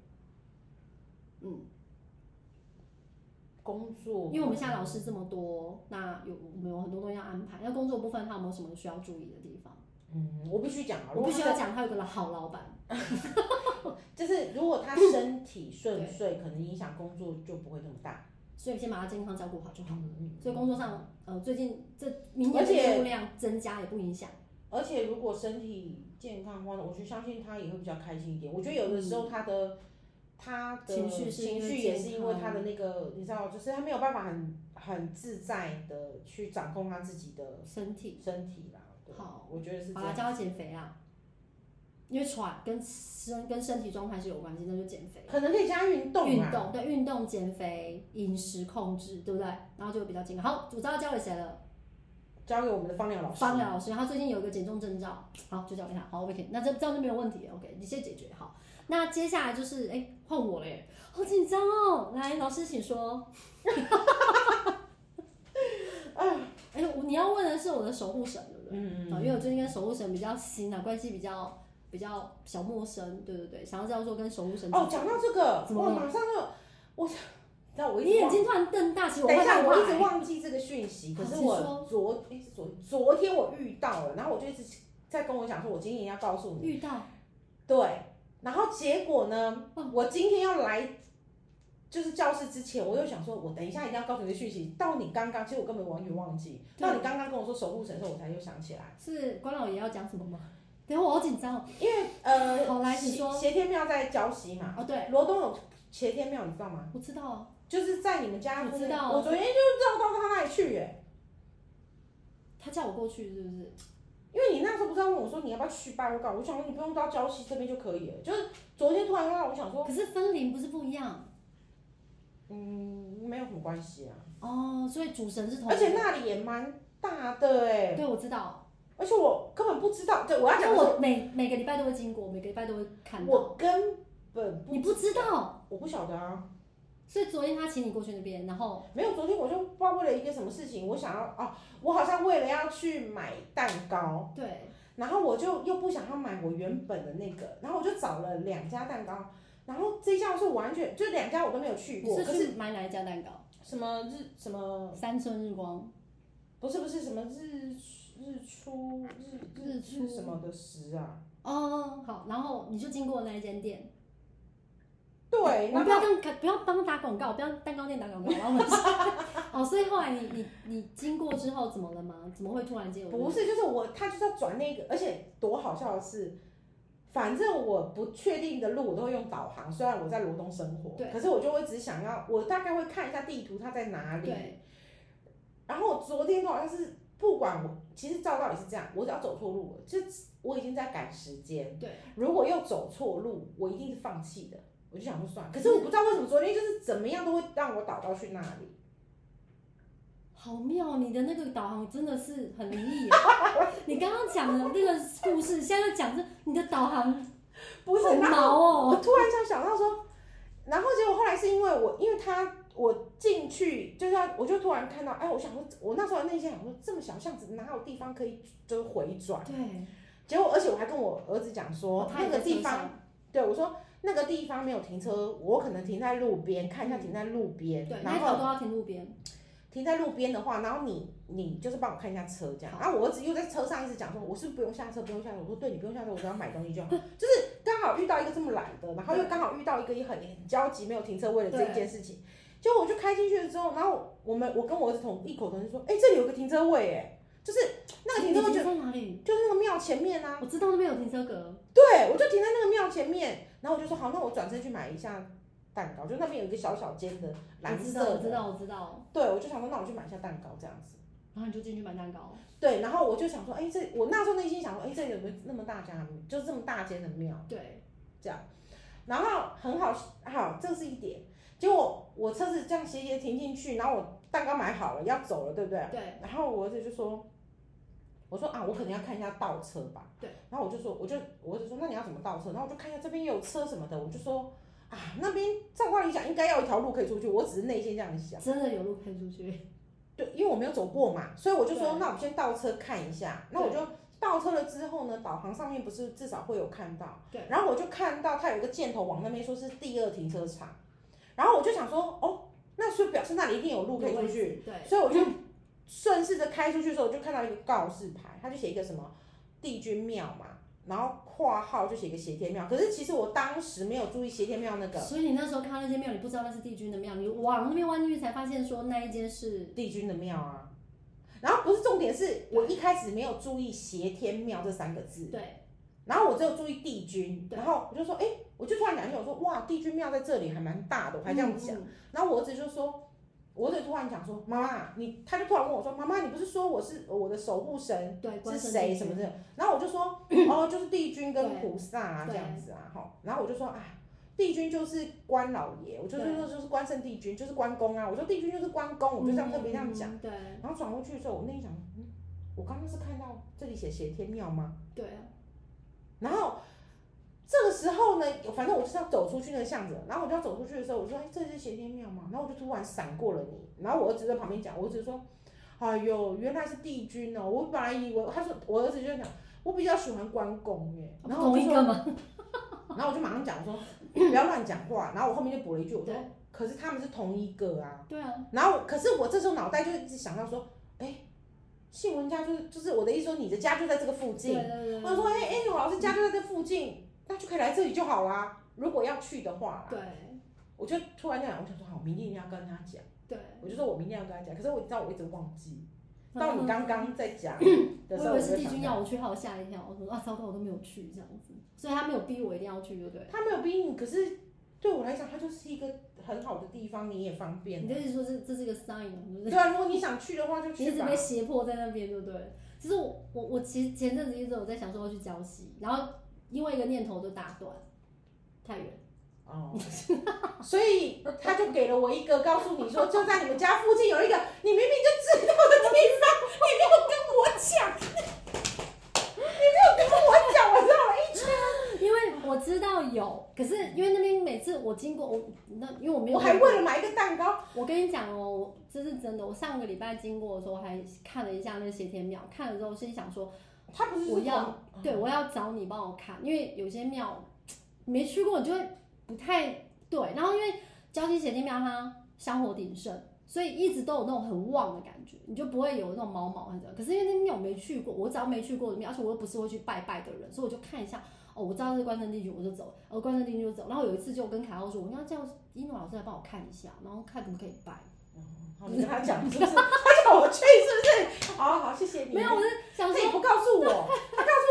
工作，嗯因为我们现在老师这么多，那有我们有很多东西要安排。那工作部分他有没有什么需要注意的地方？嗯，我必须讲啊，我必须如果要讲，他有个好老板，他就是如 果他身体顺遂，可能影响工作就不会这么大。所以先把他健康照顾好就好。嗯嗯。所以工作上，呃，最近这明年而的且业务量增加也不影响。而且如果身体健康的话，我就相信他也会比较开心一点。我觉得有的时候他的、他的嗯情绪是因为情绪健也康是因为他的那个，你知道，就是他没有办法很很自在的去掌控他自己的身体身体啦。对好，我觉得是这好啦，样。叫他减肥啦，因为喘跟身跟身体状态是有关系，那就减肥。可能可以加运动啊运啦，动对运动减肥饮食控制对不对？然后就会比较健康。好，我知道交给谁了，交给我们的芳疗老师。方疗老师，他最近有一个减重症兆，好就交给他。好，OK，那这这样就没有问题了，OK，你先解决好。那接下来就是哎换我嘞，好紧张哦，来老师请说。 哎，我你要问的是我的守护神对不对？嗯，嗯啊，嗯，因为我最近跟守护神比较新啊，关系比较比较小陌生，对对对，想要知道说跟守护神哦，讲到这个怎，么哇，了马上就我，那我一你直眼忘，睛突然瞪大，其实我等一害怕下，我一直欸忘记这个讯息。可好是请我说昨诶是昨昨天我遇到了，然后我就一直在跟我讲说，我今天要告诉你。遇到对，然后结果呢？我今天要来就是教室之前，我又想说，我等一下一定要告诉你的讯息。到你刚刚，其实我根本完全忘记。对到你刚刚跟我说守护神的时候，我才又想起来。是关老爷要讲什么吗？等一下我好紧张哦。因为呃，好来斜你说斜天庙在礁溪嘛，哦，对，罗东有斜天庙，你知道吗？我知道啊，就是在你们家我附知近。道我昨天就绕到他那里去耶、他叫我过去是不是？因为你那时候不是要问我说你要不要去拜会告，我想说你不用到礁溪这边就可以了。就是昨天突然让我想说，可是分灵不是不一样嗯，没有什么关系啊，哦，所以主神是同一个。而且那里也蛮大的哎、对，我知道，而且我根本不知道，对我要因讲为我我每每个礼拜都会经过，每个礼拜都会看到。我根本你不知道，我不晓得啊，所以昨天他请你过去那边，然后没有，昨天我就不知道为了一个什么事情，我想要哦，我好像为了要去买蛋糕，对，然后我就又不想要买我原本的那个，然后我就找了两家蛋糕，然后这一家我是完全就两家我都没有去你过，是可是嗯去买哪一家蛋糕？什么日什么三村日光，不是不是什么日日出日日出什么的时啊，哦，好，然后你就经过那一间店，对，哎我然不要后跟不要帮打广告，不要蛋糕店打广告，然后我们 哦，所以后来你你你经过之后怎么了吗？怎么会突然间有？不是就是我他就是要转那个，而且多好笑的是。反正我不确定的路我都会用导航，虽然我在罗东生活，对可是我就会只想要，我大概会看一下地图它在哪里，对，然后我昨天都好像是不管我，其实照道理是这样，我只要走错路了，就我已经在赶时间。对，如果又走错路，我一定是放弃的。我就想说算了，可是我不知道为什么昨天就是怎么样都会让我导到去那里。好妙，你的那个导航真的是很 灵异耶。你刚刚讲的那个故事，现在讲这你的导航不是，好然后毛我哦，突然想想到说，然后结果后来是因为我，因为他我进去就是要，我就突然看到，哎，我想说，我那时候内心想说，这么小巷子哪有地方可以就是回转？对，结果而且我还跟我儿子讲说，哦他那也个在地车方上对，我说那个地方没有停车，我可能停在路边，看一下停在路边，对，那然条后都要停路边。停在路边的话，然后你你就是帮我看一下车这样。然啊后我儿子又在车上一直讲说，我是不是不用下车，不用下车。我说对，你不用下车，我只要买东西就好。 就是刚好遇到一个这么懒的，然后又刚好遇到一个也很很焦急没有停车位的这对一件事情。结果我就开进去了之后，然后我们我跟我儿子同异口同声说，哎、这里有个停车位哎，就是那个停车位就在哪里？就是那个庙前面啊。我知道那边有停车格，对，我就停在那个庙前面，然后我就说好，那我转身去买一下蛋糕，就那边有一个小小间的蓝色我知的，道，我知道，我知道。对，我就想说那我去买一下蛋糕这样子，然后你就进去买蛋糕，对，然后我就想说，哎，这我那时候内心想说，哎，这里有个那么大家，就是这么大间的庙，对，然后很好，好，这是一点，结果我车子这样斜斜停进去，然后我蛋糕买好了要走了，对不啊对？对，然后我儿子就说，我说啊，我可能要看一下倒车吧。对。然后我就说，我就我儿子说，那你要怎么倒车？然后我就看一下这边也有车什么的，我就说啊，那边照道理讲应该要一条路可以出去，我只是内心这样想。真的有路可以出去，对，因为我没有走过嘛，所以我就说，对那我先倒车看一下。那我就倒车了之后呢，导航上面不是至少会有看到。对。然后我就看到它有一个箭头往那边说是第二停车场，然后我就想说，哦，那是不是表示那里一定有路可以有位出去。置，对，所以我就顺势的开出去的时候，我就看到一个告示牌，他就写一个什么帝君庙嘛，然后括号就写一个斜天庙。可是其实我当时没有注意斜天庙那个所以你那时候看到那间庙，你不知道那是帝君的庙，你往那边弯进去才发现说那一间是，帝君的庙啊。然后不是重点是我一开始没有注意斜天庙这三个字，对，然后我只有注意帝君，对然后我就说，哎，我就突然想起来，我说哇，帝君庙在这里还蛮大的，我还这样讲。嗯，嗯然后我儿子就说，我儿子突然讲说，妈妈，你，他就突然问我说，妈妈，你不是说我是我的守护神嗯对，关是圣谁帝什么君之类的。然后我就 说，哦，就是帝君跟菩萨啊对这样子啊，哈。然后我就说，啊，帝君就是关老爷，我就对说就是关圣帝君，就是关公啊。我说帝君就是关公，我就这样特别这样讲。嗯，对，然后转过去的时候，我内心想，嗯，我刚刚是看到这里写斜天庙吗？对啊，然后。这个时候呢，反正我就是要走出去那个巷子，然后我就要走出去的时候，我就说：“哎，这是斜天庙吗？”然后我就突然闪过了你，然后我儿子在旁边讲，我儿子说：“哎呦，原来是帝君哦！我本来以为他说我儿子就讲，我比较喜欢关公耶。”不然后我哦同就说，一个吗？然后我就马上讲说：“不要乱讲话。”然后我后面就补了一句，我说哎对：“可是他们是同一个啊。对啊，”然后可是我这时候脑袋就一直想到说：“哎，信文家就是就是我的意思说你的家就在这个附对近。”对我对说，哎、哎，我老师家就在这附近，那就可以来这里就好啦。如果要去的话啦，对，我就突然在想，我想说好，明天一定要跟他讲，对，我就说我明天要跟他讲，可是我知道我一直忘记，到你刚刚在讲我的时以候，嗯我为就是想帝君到要我去，害我吓一跳。我说啊，糟糕，我都没有去这样子，所以他没有逼我一定要去，对不对？他没有逼你，可是对我来讲，它就是一个很好的地方，你也方你便。的意思说这这是一个 sign，哦就是对啊，如果你想去的话就你一去直吧被。胁迫在那边，对不对？其实我我我其实前阵子一直有在想说要去礁溪，然后因为一个念头就打断，太远。哦，所以他就给了我一个告诉你说，就在你们家附近有一个你明明就知道的地方，你没有跟我讲，你没有跟我讲，我绕了一圈，因为我知道有，可是因为那边每次我经过，我那因为我没有，我还为了买一个蛋糕，我跟你讲哦，我这是真的。我上个礼拜经过的时候，我还看了一下那个斜天庙，看了之后心想说，他不是我要同对我要找你帮我看，因为有些庙没去过，你就会不太对。然后因为礁溪斜天庙它香火鼎盛，所以一直都有那种很旺的感觉，你就不会有那种毛毛很可是因为那庙我没去过，我只要没去过的庙，而且我又不是会去拜拜的人，所以我就看一下。哦，我知道是关圣帝君，我就走。哦，关圣帝君就走。然后有一次就跟凯浩说，我要叫一诺老师来帮我看一下，然后看可不可以拜。好，你跟他讲是不是？他叫我去是不是？好好，谢谢你。没有，我是想他说也不告诉我，他告诉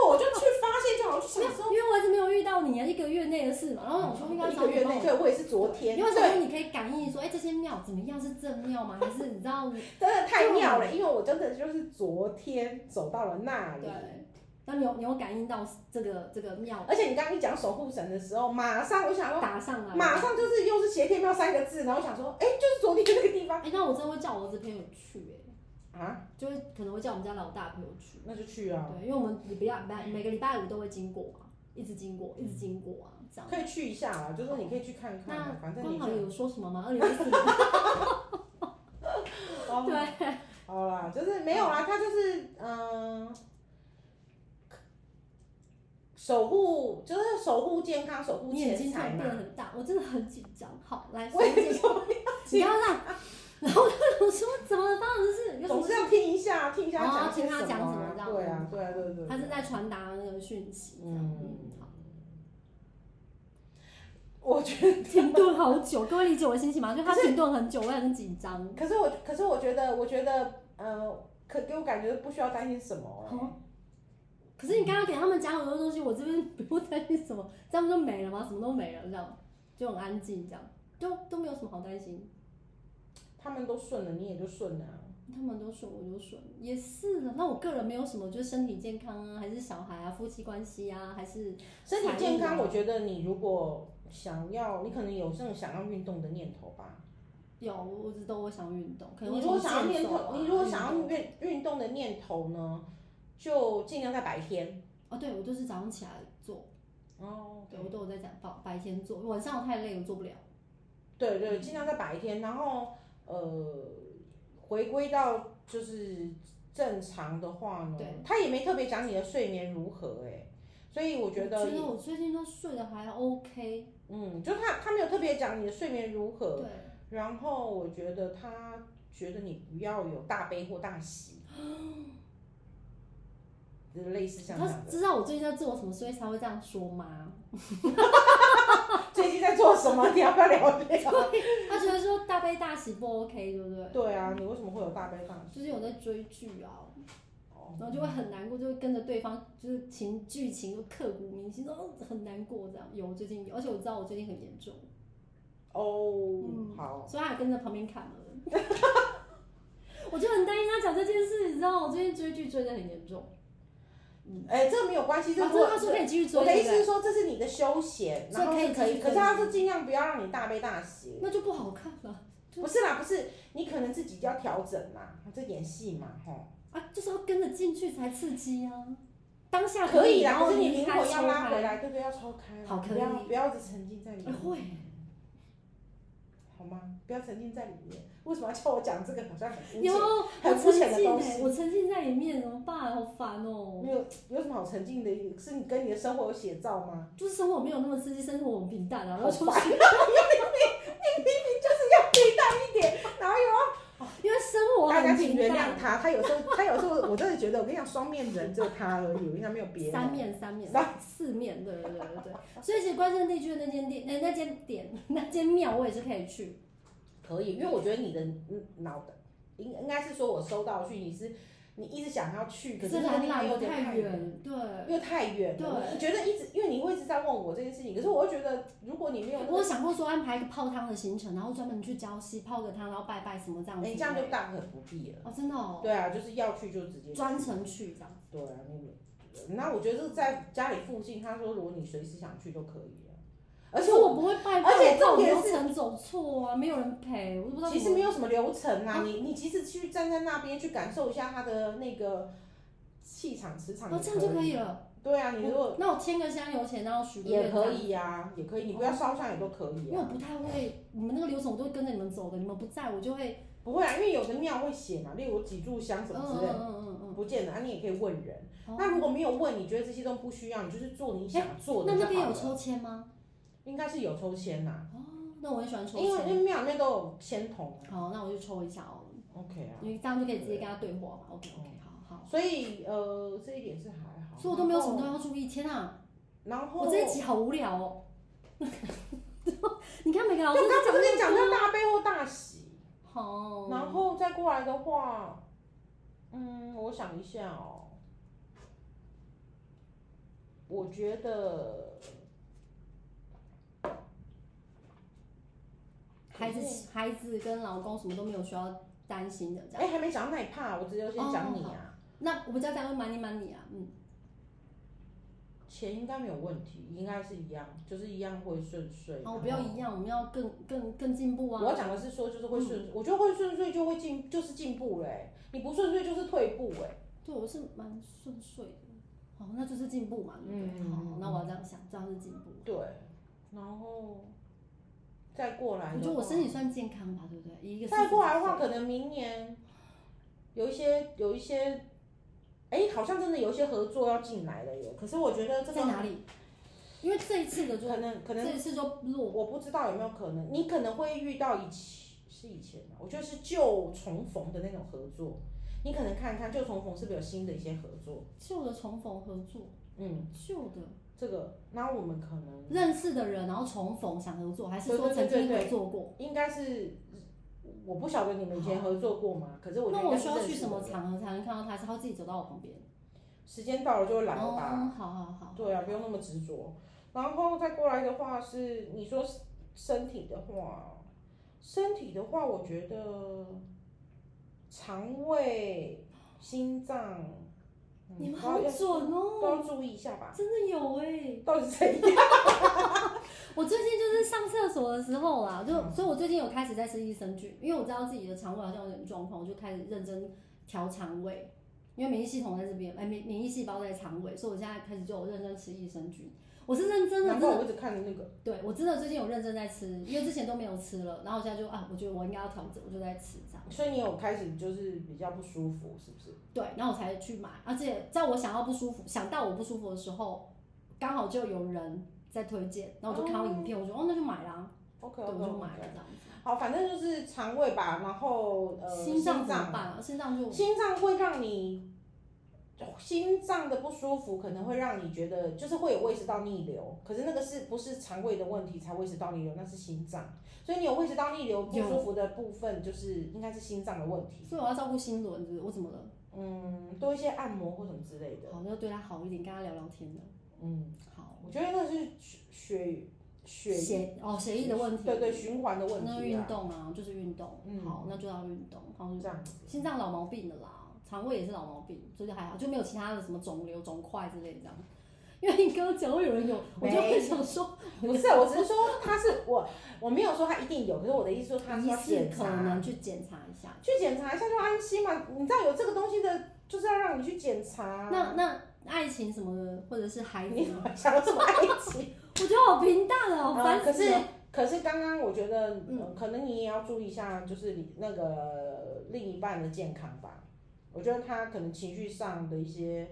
我我就去发现就好，就没有想，说因为我一直没有遇到你啊，一个月内的事嘛。然后哦我说应该哦一找个你月帮内，我对我也是昨天，因为对首。先你可以感应说，哎、这些庙怎么样？是正庙吗？还是你知道？真的太妙哦了，因为我真的就是昨天走到了那里对，，那你有你有感应到这个这个庙而且你刚刚一讲守护神的时候，马上我想说，打上来？马上就是又是斜天庙三个字，然后我想说，哎、就是昨天那个地方哎、那我真的会叫我儿子朋友去、啊，哎，就是可能会叫我们家老大朋友去，那就去啊，对，因为我们礼拜每每个礼拜五都会经过嘛，一直经过，一直经过啊，这样。可以去一下啊，就是说你可以去看看啊，反正光你好就有说什么吗？二零一四年， 哦，对，好啦，就是没有啦，啊他就是嗯。守护就是守护健康，守护你眼钱睛突财然嘛变。得很大，我真的很紧张。好，来，我也所以 你不要让，然后我说怎么了？发生什么事？有什总么是要听一下，听一下哦讲些听他什讲什么啊这样对啊，对啊，对对对。他是在传达那个讯息，这样。嗯嗯，好，我觉得，停顿好久，各位理解我的心情吗？就他可是停顿很久，我也很紧张。可是我，可是我觉得，我觉得，呃，可给我感觉不需要担心什么、欸哦可是你刚刚给他们讲很多东西，我这边 不用担心什么，这样不就没了吗？什么都没了，这样就很安静，这样就都没有什么好担心。他们都顺了，你也就顺了啊、他们都顺，我就顺，也是的。那我个人没有什么，就是身体健康啊，还是小孩啊，夫妻关系啊，还是身体健康，才艺啊我觉得你如果想要，你可能有这种想要运动的念头吧。有，我知道我想运动，可能你会如果从想要健念走头，啊你如果想运要动运运动的念头呢，就尽量在白天。哦，对我就是早上起来做，哦对我都有在讲白白天做，晚上我太累，我做不了。对嗯对，尽量在白天，然后呃，回归到就是正常的话呢对，他也没特别讲你的睡眠如何哎、所以我觉我得觉得我最近都睡得还 OK，嗯，就他他没有特别讲你的睡眠如对何，，然后我觉得他觉得你不要有大悲或大喜，就是类似像这他样的。知道我最近在做什么，所以才会这样说吗？啊最近在做什么？你要不要聊一 聊？他觉得说大悲大喜不 OK，对不对？对啊，你为什么会有大悲大喜？就是有在追剧啊，哦然后就会很难过，就会跟着对方就是情剧情就刻骨铭心，哦，很难过这样。有最近有，而且我知道我最近很严重，哦嗯，好，所以他也跟着旁边看了。 我就很担心他讲这件事，你知道吗我最近追剧追得很严重。哎、这个没有关系，这哦，如这果他说可以继续追，我的对意不思是对说，这是你的休闲，所以然后可以是可继以，续可是追他是尽量不要让你大悲大喜。那就不好看了不是啦，不是，你可能自己要调整嘛，这演戏嘛，吼。啊，就是要跟着进去才刺激啊。当 下可以，以啦，然可后是你离灵开魂要抽拉回开。来，对不对？要抽开啦，好可不要以不要一直沉浸在里哎 面，会，好吗？不要沉浸在里面。为什么要叫我讲这个？好像很肤有浅。我很肤浅沉的浸东哎，西我沉浸在里面怎么办？好烦哦。没有有什么好沉浸的？是你跟你的生活有写照吗？就是生活没有那么刺激，生活很平淡啊。我好要出烦 去，啊！因为你你你明明就是要平淡一点，然后又哦因为生活大家很请平原谅淡。他，啦，他有时候他有时候我真的觉得，我跟你讲，双面人只有他而已，我跟你讲没有别人。三面、三面、三四面，对对对对对。所以其实关圣帝君的那间店、那那间店、 那间庙，我也是可以去。可以，因为我觉得你的嗯脑的应应该是说，我收到去你是你一直想要去，可是那个兰地方兰有又点远。太远，对。又太远了，对我觉得一直，因为你会一直在问我这件事情，可是我又觉得，如果你没有那个，我有想过说安排一个泡汤的行程，然后专门去礁溪泡个汤，然后拜拜什么这样子。哎，这样就大可不必了。哦，真的哦，对啊，就是要去就直接去专程去这样。对啊，那个，那我觉得这在家里附近，他说如果你随时想去都可以啊。而且可是我我不会拜拜，而且我怕重我点是流程走错啊，没有人陪，我都不知道怎其么。实没有什么流程啊，啊你你其实去站在那边去感受一下他的那个气场磁场也哦，这样就可以。以了。对啊，你如果那我添个香油钱，然后许个也愿可，以啊，也可以，你不要烧香也都可以哦因为我啊。不太会，你们那个流程我都会跟着你们走的，你们不在我就会，不会啊，因为有的庙会写嘛，例如几炷香嗯什嗯么之类的，嗯嗯嗯不见得啊，你也可以问人。嗯。那如哦哎果没有问，你觉得这些都不需要，你就是做你想做的那就那边好有了啊抽签吗？应该是有抽签呐、哦，那我很喜欢抽呃因为因签。为庙里面都有签筒啊。好，那我就抽一下哦， OK 啊。因为这样就可以直接跟他对话嘛。OK OK，好好。所以呃，这一点是还哦好。所以我都没有什么然东后西要注意，天啊，然后我这一集好无聊哦。 你看每个老师就都刚才讲跟你那讲个叫大悲或大喜，好，然后再过来的话，嗯，我想一下哦，我觉得孩子、孩子跟老公什么都没有需要担心的，这嗯哎、样。还没讲到那一怕，我直接先讲你啊，那我们家长会 money money 啊，嗯，钱应该没有问题，应该是一样，就是一样会顺遂。好，哦不要一样，我们要更更更进步我啊要。讲的是说，就是会顺，我觉得会顺遂就会进，就是进步嘞、你不顺遂就是退步哎、对，我是蛮顺遂的，好，那就是进步嘛，对不对？嗯好，那我要这样想，这样是进步。对，然后再过来的话，我觉得我身体算健康吧，对不对？以一个再过来的40话，岁，可能明年有一些有一些，哎、好像真的有一些合作要进来了耶。可是我觉得这在个哪里？因为这一次的就可能可能这一次就落我不知道有没有可能，你可能会遇到以前是以前吧，我觉得是旧重逢的那种合作，你可能看看旧重逢是不是有新的一些合作，旧的重逢合作，嗯，旧的这个那我们可能认识的人，然后重逢想合作，还是说对对曾对经对合作过？应该是。我不晓得你们以前合作过吗？可是我觉得那应我该需是要认去识什么的人场合才能看到他？是他会自己走到我旁边？时间到了就会来了吧。哦，好好好。对啊，不用那么执着。然后再过来的话是，你说身体的话，身体的话，我觉得肠胃、心脏，嗯你们都要好要准都要哦，注意一下吧。真的有哎、到底是谁？样？我最近就是上厕所的时候啦，就、嗯所以，我最近有开始在吃益生菌，因为我知道自己的肠胃好像有点状况，我就开始认真调肠胃，因为免疫系统在这边，哎，免免疫细胞在肠胃，所以我现在开始就有认真吃益生菌。我是认真的，难真怪的，我一直看着那个，对我真的最近有认真在吃，因为之前都没有吃了，然后我现在就啊，我觉得我应该要调整，我就在吃这样。所以你有开始就是比较不舒服，是不是？对，然后我才去买，而且在我想要不舒服、想到我不舒服的时候，刚好就有人在推荐，然后我就看到影片，我就哦那就买啦， OK 对， OK，我就买了这样子。好，反正就是肠胃吧，然后呃，心脏脏怎么办啊？心脏就心脏会让你心脏的不舒服，可能会让你觉得就是会有胃食道逆流，可是那个是不是肠胃的问题才胃食道逆流，那是心脏，所以你有胃食道逆流不有舒服的部分，就是应该是心脏的问题。所以我要照顾心轮子，我怎么了？嗯，多一些按摩或什么之类的。好，那就对他好一点，跟他聊聊天的。嗯，好，我觉得那是血血血血哦血液的问题，对对，循环的问那就题运啊，动啊，就是运动。嗯好，那就要运动。好，这样子。心脏老毛病的啦，肠胃也是老毛病，所以就还好，就没有其他的什么肿瘤、肿块之类的这样。因为你刚刚讲过有人有，我就会想说，不是，我只是说他是我，我没有说他一定有，可是我的意思说他是疑要似检可查能去检查一下。去检查一下就安心嘛。你知道有这个东西的，就是要让你去检查啊。那那爱情什么的，或者是孩子你呢，想要什么爱情？我觉得好平淡哦，嗯烦可死是了。可是刚刚我觉得、呃嗯可能你也要注意一下，就是你那个另一半的健康吧。我觉得他可能情绪上的一些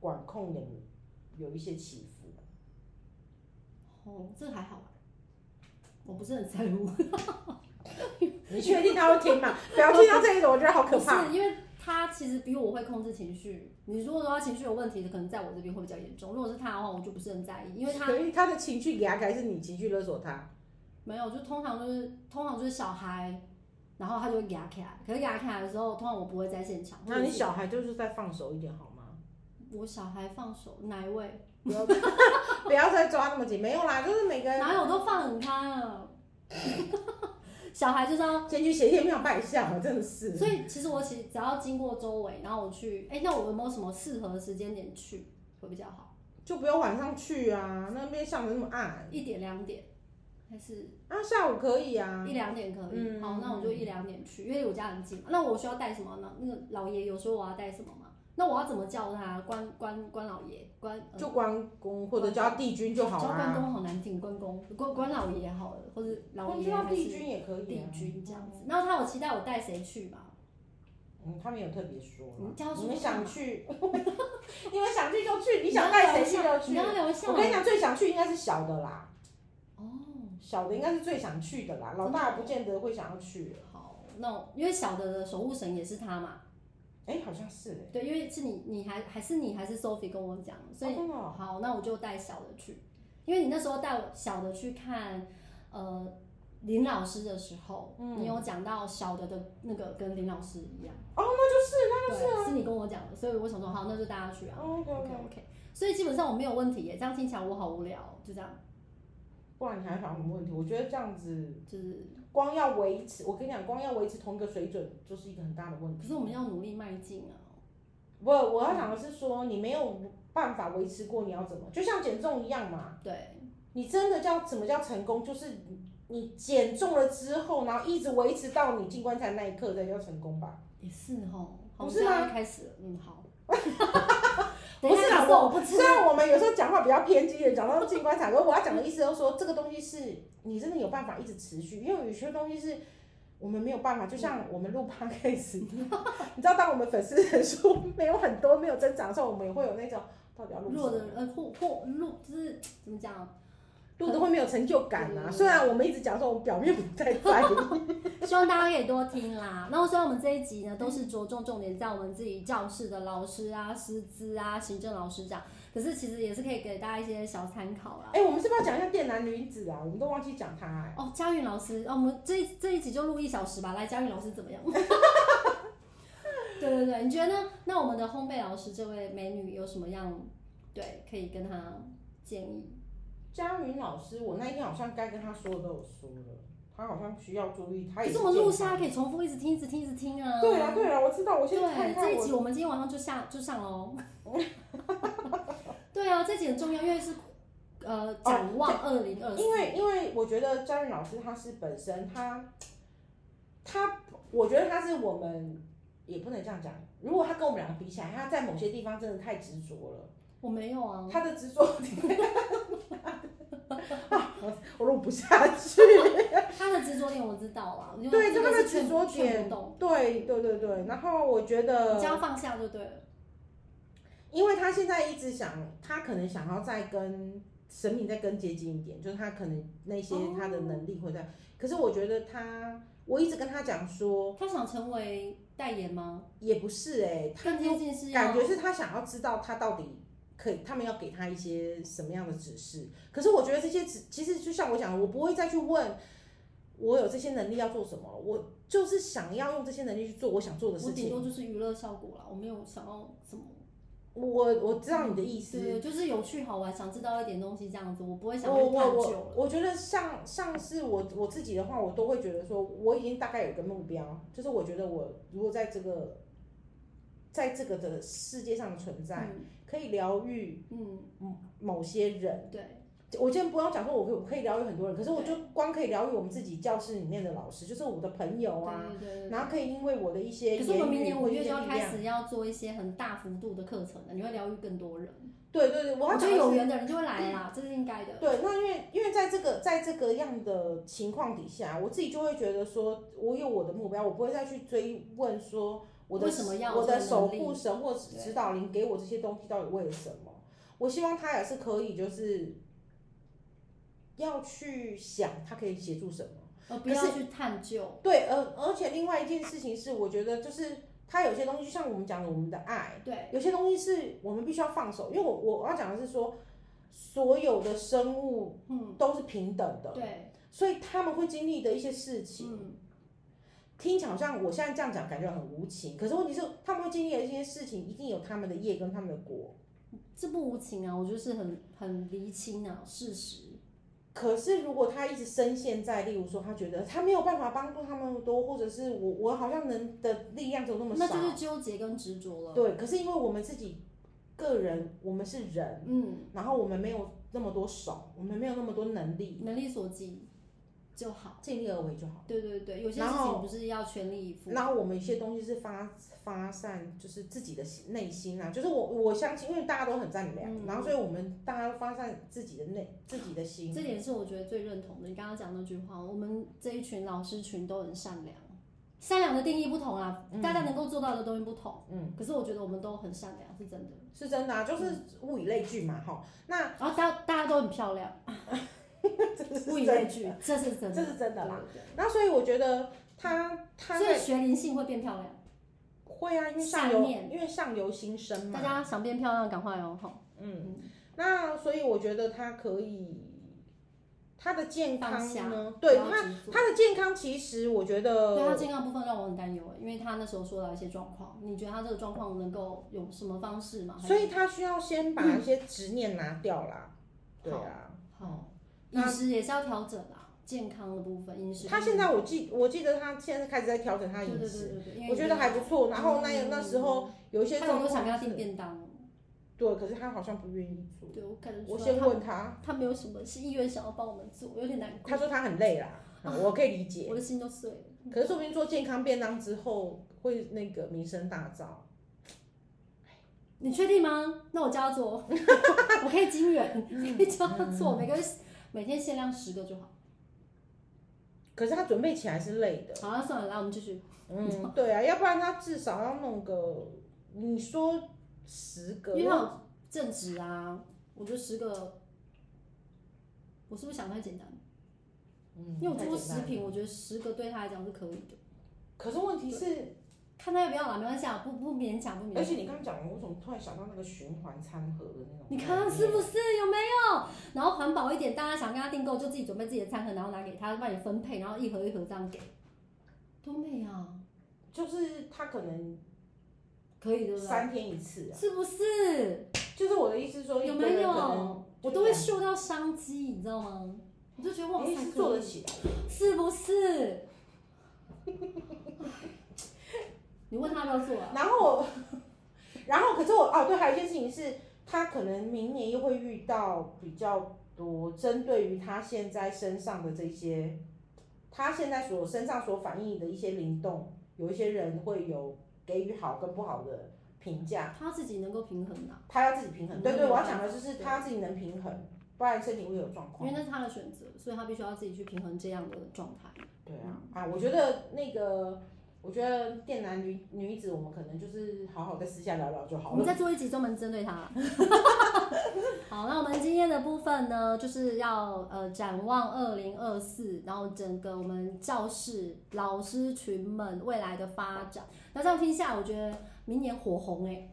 管控有有一些起伏。哦，这个还好吧，我不是很在 乎。你确定他会听吗？不要听到这一种，我觉得好可不怕。是因为他他其实比我会控制情绪。你如果说他情绪有问题的，可能在我这边会比较严重。如果是他的话，我就不是很在意，因为他所以他的情绪给他改是你情绪勒索他，没有，就通常就是通常就是小孩，然后他就会压起来。可是压起来的时候，通常我不会在现场。那你小小孩就是再放手一点好吗？我小孩放手哪一位？ 不要再抓那么紧，没有啦，就是每个人哪有我都放很开了。 小孩就是要先去写一些妙拜笑，啊真的是。所以其实我其实只要经过周围，然后我去，哎、那我有没有什么适合的时间点去会比较好？就不要晚上去啊，那边巷子那么暗。一点两点，还是啊，下午可以啊一。两点可以？嗯好，那我就一两点去，因为我家很近嘛。那我需要带什么呢？那个老爷有时候我要带什么吗？那我要怎么叫他？关关关老爷，关、呃、就关公或者叫帝君就好啊叫关啦。公好难听，关公关关老爷好了，或者老公爷叫还帝是君也可以、帝啊。君这样子。然后他有期待我带谁去吗？嗯，他们有特别说啦你叫他说你们干嘛想去， 你们想去就去，你想带谁去就你去。要留下我跟你讲，最想去应该是小的啦，哦。小的应该是最想去的啦，老大不见得会想要去。好，那我因为小的的守护神也是他嘛，哎、好像是哎、对，因为是你，你还还是你还是 Sophie 跟我讲，所以、哦真的哦好，那我就带小的去，因为你那时候带我小的去看，呃，林老师的时候，嗯你有讲到小的的那个跟林老师一样，哦，那就是啊对，是你跟我讲的，所以我想说好，那就带他去啊、哦，OK o k OK， OK，所以基本上我没有问题耶，这样听起来我好无聊哦，就这样，不然你还想什么问题？我觉得这样子就是，光要维持，我跟你讲，光要维持同一个水准就是一个很大的问题。可是我们要努力迈进啊，不，我要讲的是说，你没有办法维持过，你要怎么？就像减重一样嘛，对，你真的叫什么叫成功？就是你你减重了之后，然后一直维持到你进棺材那一刻，才叫成功吧？也是哦，不好，我是们吗现在要开始了，嗯，好，不是啦 等一下可我不知虽道。然我们有时候讲话比较偏激一点，讲到进棺材，可是我要讲的意思就是说，这个东西是你真的有办法一直持续，因为有些东西是。我们没有办法，就像我们录 podcast，你知道，当我们粉丝人数没有很多、没有增长的时候，我们也会有那种到底要录什弱么的人呃或或弱就是怎么讲啊，录的会没有成就感啊。嗯虽然我们一直讲说我们表面不太在意， 希望大家可以多听啦。那虽然我们这一集呢都是着重重点在我们自己教室的老师啊、师资啊、行政老师这样，可是其实也是可以给大家一些小参考 啦。哎、我们是不是要讲一下电男女子啊？我们都忘记讲他、哎。哦，佳韵老师，哦，我们这一这一集就录一小时吧。来，佳韵老师怎 么样？对对对，你觉得呢？那我们的烘焙老师这位美女有什么样对可以跟她建议？佳云老师，我那一天好像该跟他说的都有说了，他好像需要注意，他可也是我们录健下康来可以重复一直听，一直听，一直听啊。对啊，对啊，我知道，我先看对，看这一我。集我们今天晚上就下就上喽。 对啊，这集很重要，因为是呃展望二零二四，哦因为因为我觉得佳云老师他是本身他他，我觉得他是我们也不能这样讲。如果他跟我们两个比起来，他在某些地方真的太执着了，我没有啊，他的执着点 啊，我我录不下 去。他的执着点我知道啦，因为对这就个他的是劝执着劝点呃不动，对对对对，然后我觉得你只要放下就对了。因为他现在一直想，他可能想要再跟神明再更接近一点，就是他可能那些哦他的能力会在。可是我觉得他，我一直跟他讲说，他想成为代言吗？也不是哎、他更接近哦是要感觉是他想要知道他到底可以，他们要给他一些什么样的指示。可是我觉得这些指，其实就像我讲的，我不会再去问我有这些能力要做什么，我就是想要用这些能力去做我想做的我事顶情。多就是娱乐效果啦，我没有想要什么。我我知道你的意思，对，就是有趣好玩，想知道一点东西这样子，我不会想我去探我究我了。我觉得像像是我我自己的话，我都会觉得说，我已经大概有个目标，就是我觉得我如果在这个在这个的世界上存在，嗯可以疗愈嗯，某些人。对，我今天不用讲说我可以我可以疗愈很多人，可是我就光可以疗愈我们自己教室里面的老师，就是我的朋友啊，对对对对。然后可以因为我的一些可是我们言明语年或五者一月些就要力开量始要做一些很大幅度的课程了，你会疗愈更多人，对对对，我我要觉讲得的有是缘的人就会来啦，这是应该的。对，那因为因为在这个在这个样的情况底下，我自己就会觉得说，我有我的目标，我不会再去追问说我的为什么要有我的这个守能力护神或指对指导灵给我这些东西到底为什么？我希望他也是可以，就是要去想他可以协助什么。呃，不可要是去探究，对，而而且另外一件事情是，我觉得就是它有些东西，就像我们讲的，我们的爱，对，有些东西是我们必须要放手，因为我我要讲的是说，所有的生物嗯，都是平等的，对，所以他们会经历的一些事情，嗯，听起来好像我现在这样讲感觉很无情，可是问题是他们会经历的一些事情，一定有他们的业跟他们的果。这不无情啊，我就是很很厘清啊事实，可是如果他一直深陷在，例如说他觉得他没有办法帮助他们多，或者是我我好像能的力量只有那么那少，就是纠结跟执着了。对。可是因为我们自己个人，我们是人，嗯，然后我们没有那么多手，我们没有那么多能力，能力所及就好。尽力而为就好。对对对，有些事然后情不是要全力以赴。然后我们一些东西是发发散，就是自己的心内心啊，就是我我相信，因为大家都很善良，嗯然后所以我们大家发散自己的内自己的心，这点是我觉得最认同的。你刚刚讲那句话，我们这一群老师群都很善良。善良的定义不同啊，大家能够做到的东西不同。嗯，可是我觉得我们都很善良，是真的。是真的啊，就是物以类聚嘛，哈，那然后大大家都很漂亮，啊这是物以真的，类聚，这是真的，这是真的啦。对。对那所以我觉得他他对所以在学灵性会变漂亮，会啊，因为上善游念因为上游心生嘛大，家想变漂亮，赶快哦，吼，那所以我觉得他可以他的健放康下呢，对不要他呃执着他的健康其实我觉得对他健康部分让我很担忧，欸因为他那时候说到一些状况，你觉得他这个状况能够用什么方式吗？还是所以他需要先把一些执念拿掉啦。对啊，嗯好，饮那食也是要调整啦，健康的部分饮食。他现在我记我记得他现在开始在调整他对的饮对食，对对对，因为我觉得还不错。然后那嗯那时候有一些他有状没有想况跟他订是，便当？对，可是他好像不愿意做。对我感觉出我来先他问啊他，他没有什么是意愿想要帮我们做，有点难过他，说他很累啦，我可以理解。我的心都碎了。可是说不定做健康便当之后会那个名声大噪。你确定吗？那我教他做， 我可以经人，可以教他做，每个每天限量十个就好。可是他准备起来是累的，好，那算了，来我们继续。 嗯，对啊，要不然他至少要弄个，你说十个，因为他有正职啊，我觉得十个，我是不是想太简单？嗯因为我做过太简单食了品，我觉得十个对他来讲是可以的，可是问题是，看他要不要啦，没关系啊，不不勉强，不勉而强。且你刚刚讲完，我怎么突然想到那个循环餐盒的那种？你看啊是不？是有没有？然后环保一点，大家想跟他订购，就自己准备自己的餐盒，然后拿给他，帮你分配，然后一盒一盒这样给，多美啊！就是它可能可以对不对？三天一次啊。是不是？就是我的意思是说，有一个没人可能有？我都会嗅到商机，你知道吗？我就觉得哇因为塞，是可做得以起来的。是不是？你问他要不要做啊？然后， 然后可是我哦，对，还有一件事情是，他可能明年又会遇到比较多针对于他现在身上的这些，他现在所身上所反映的一些灵动，有一些人会有给予好跟不好的评价。他自己能够平衡啊，他要自己平衡。嗯对对，对我要讲的就是他自己能平衡，不然身体会有状因况为。那是他的选择，所以他必须要自己去平衡这样的状态。对啊，啊，我觉得那个，我觉得电男女女子，我们可能就是好好在私下聊聊就好我了。们再做一集专门针对他。 好，那我们今天的部分呢，就是要呃展望二零二四，然后整个我们教室老师群们未来的发展。那这样听下来，我觉得明年火红哎、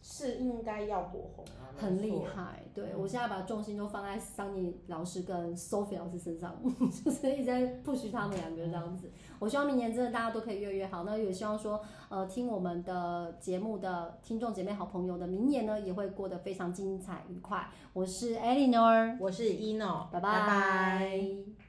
是应该要火红啊，很没厉错。害。对我现在把重心都放在桑尼老师跟 Sophie 老师身上， 就是一直在 push 他们两个这样子。我希望明年真的大家都可以越来越好。那也希望说，呃，听我们的节目的听众姐妹、好朋友的明年呢，也会过得非常精彩愉快。我是 Eleanor，我是 ino，拜拜拜拜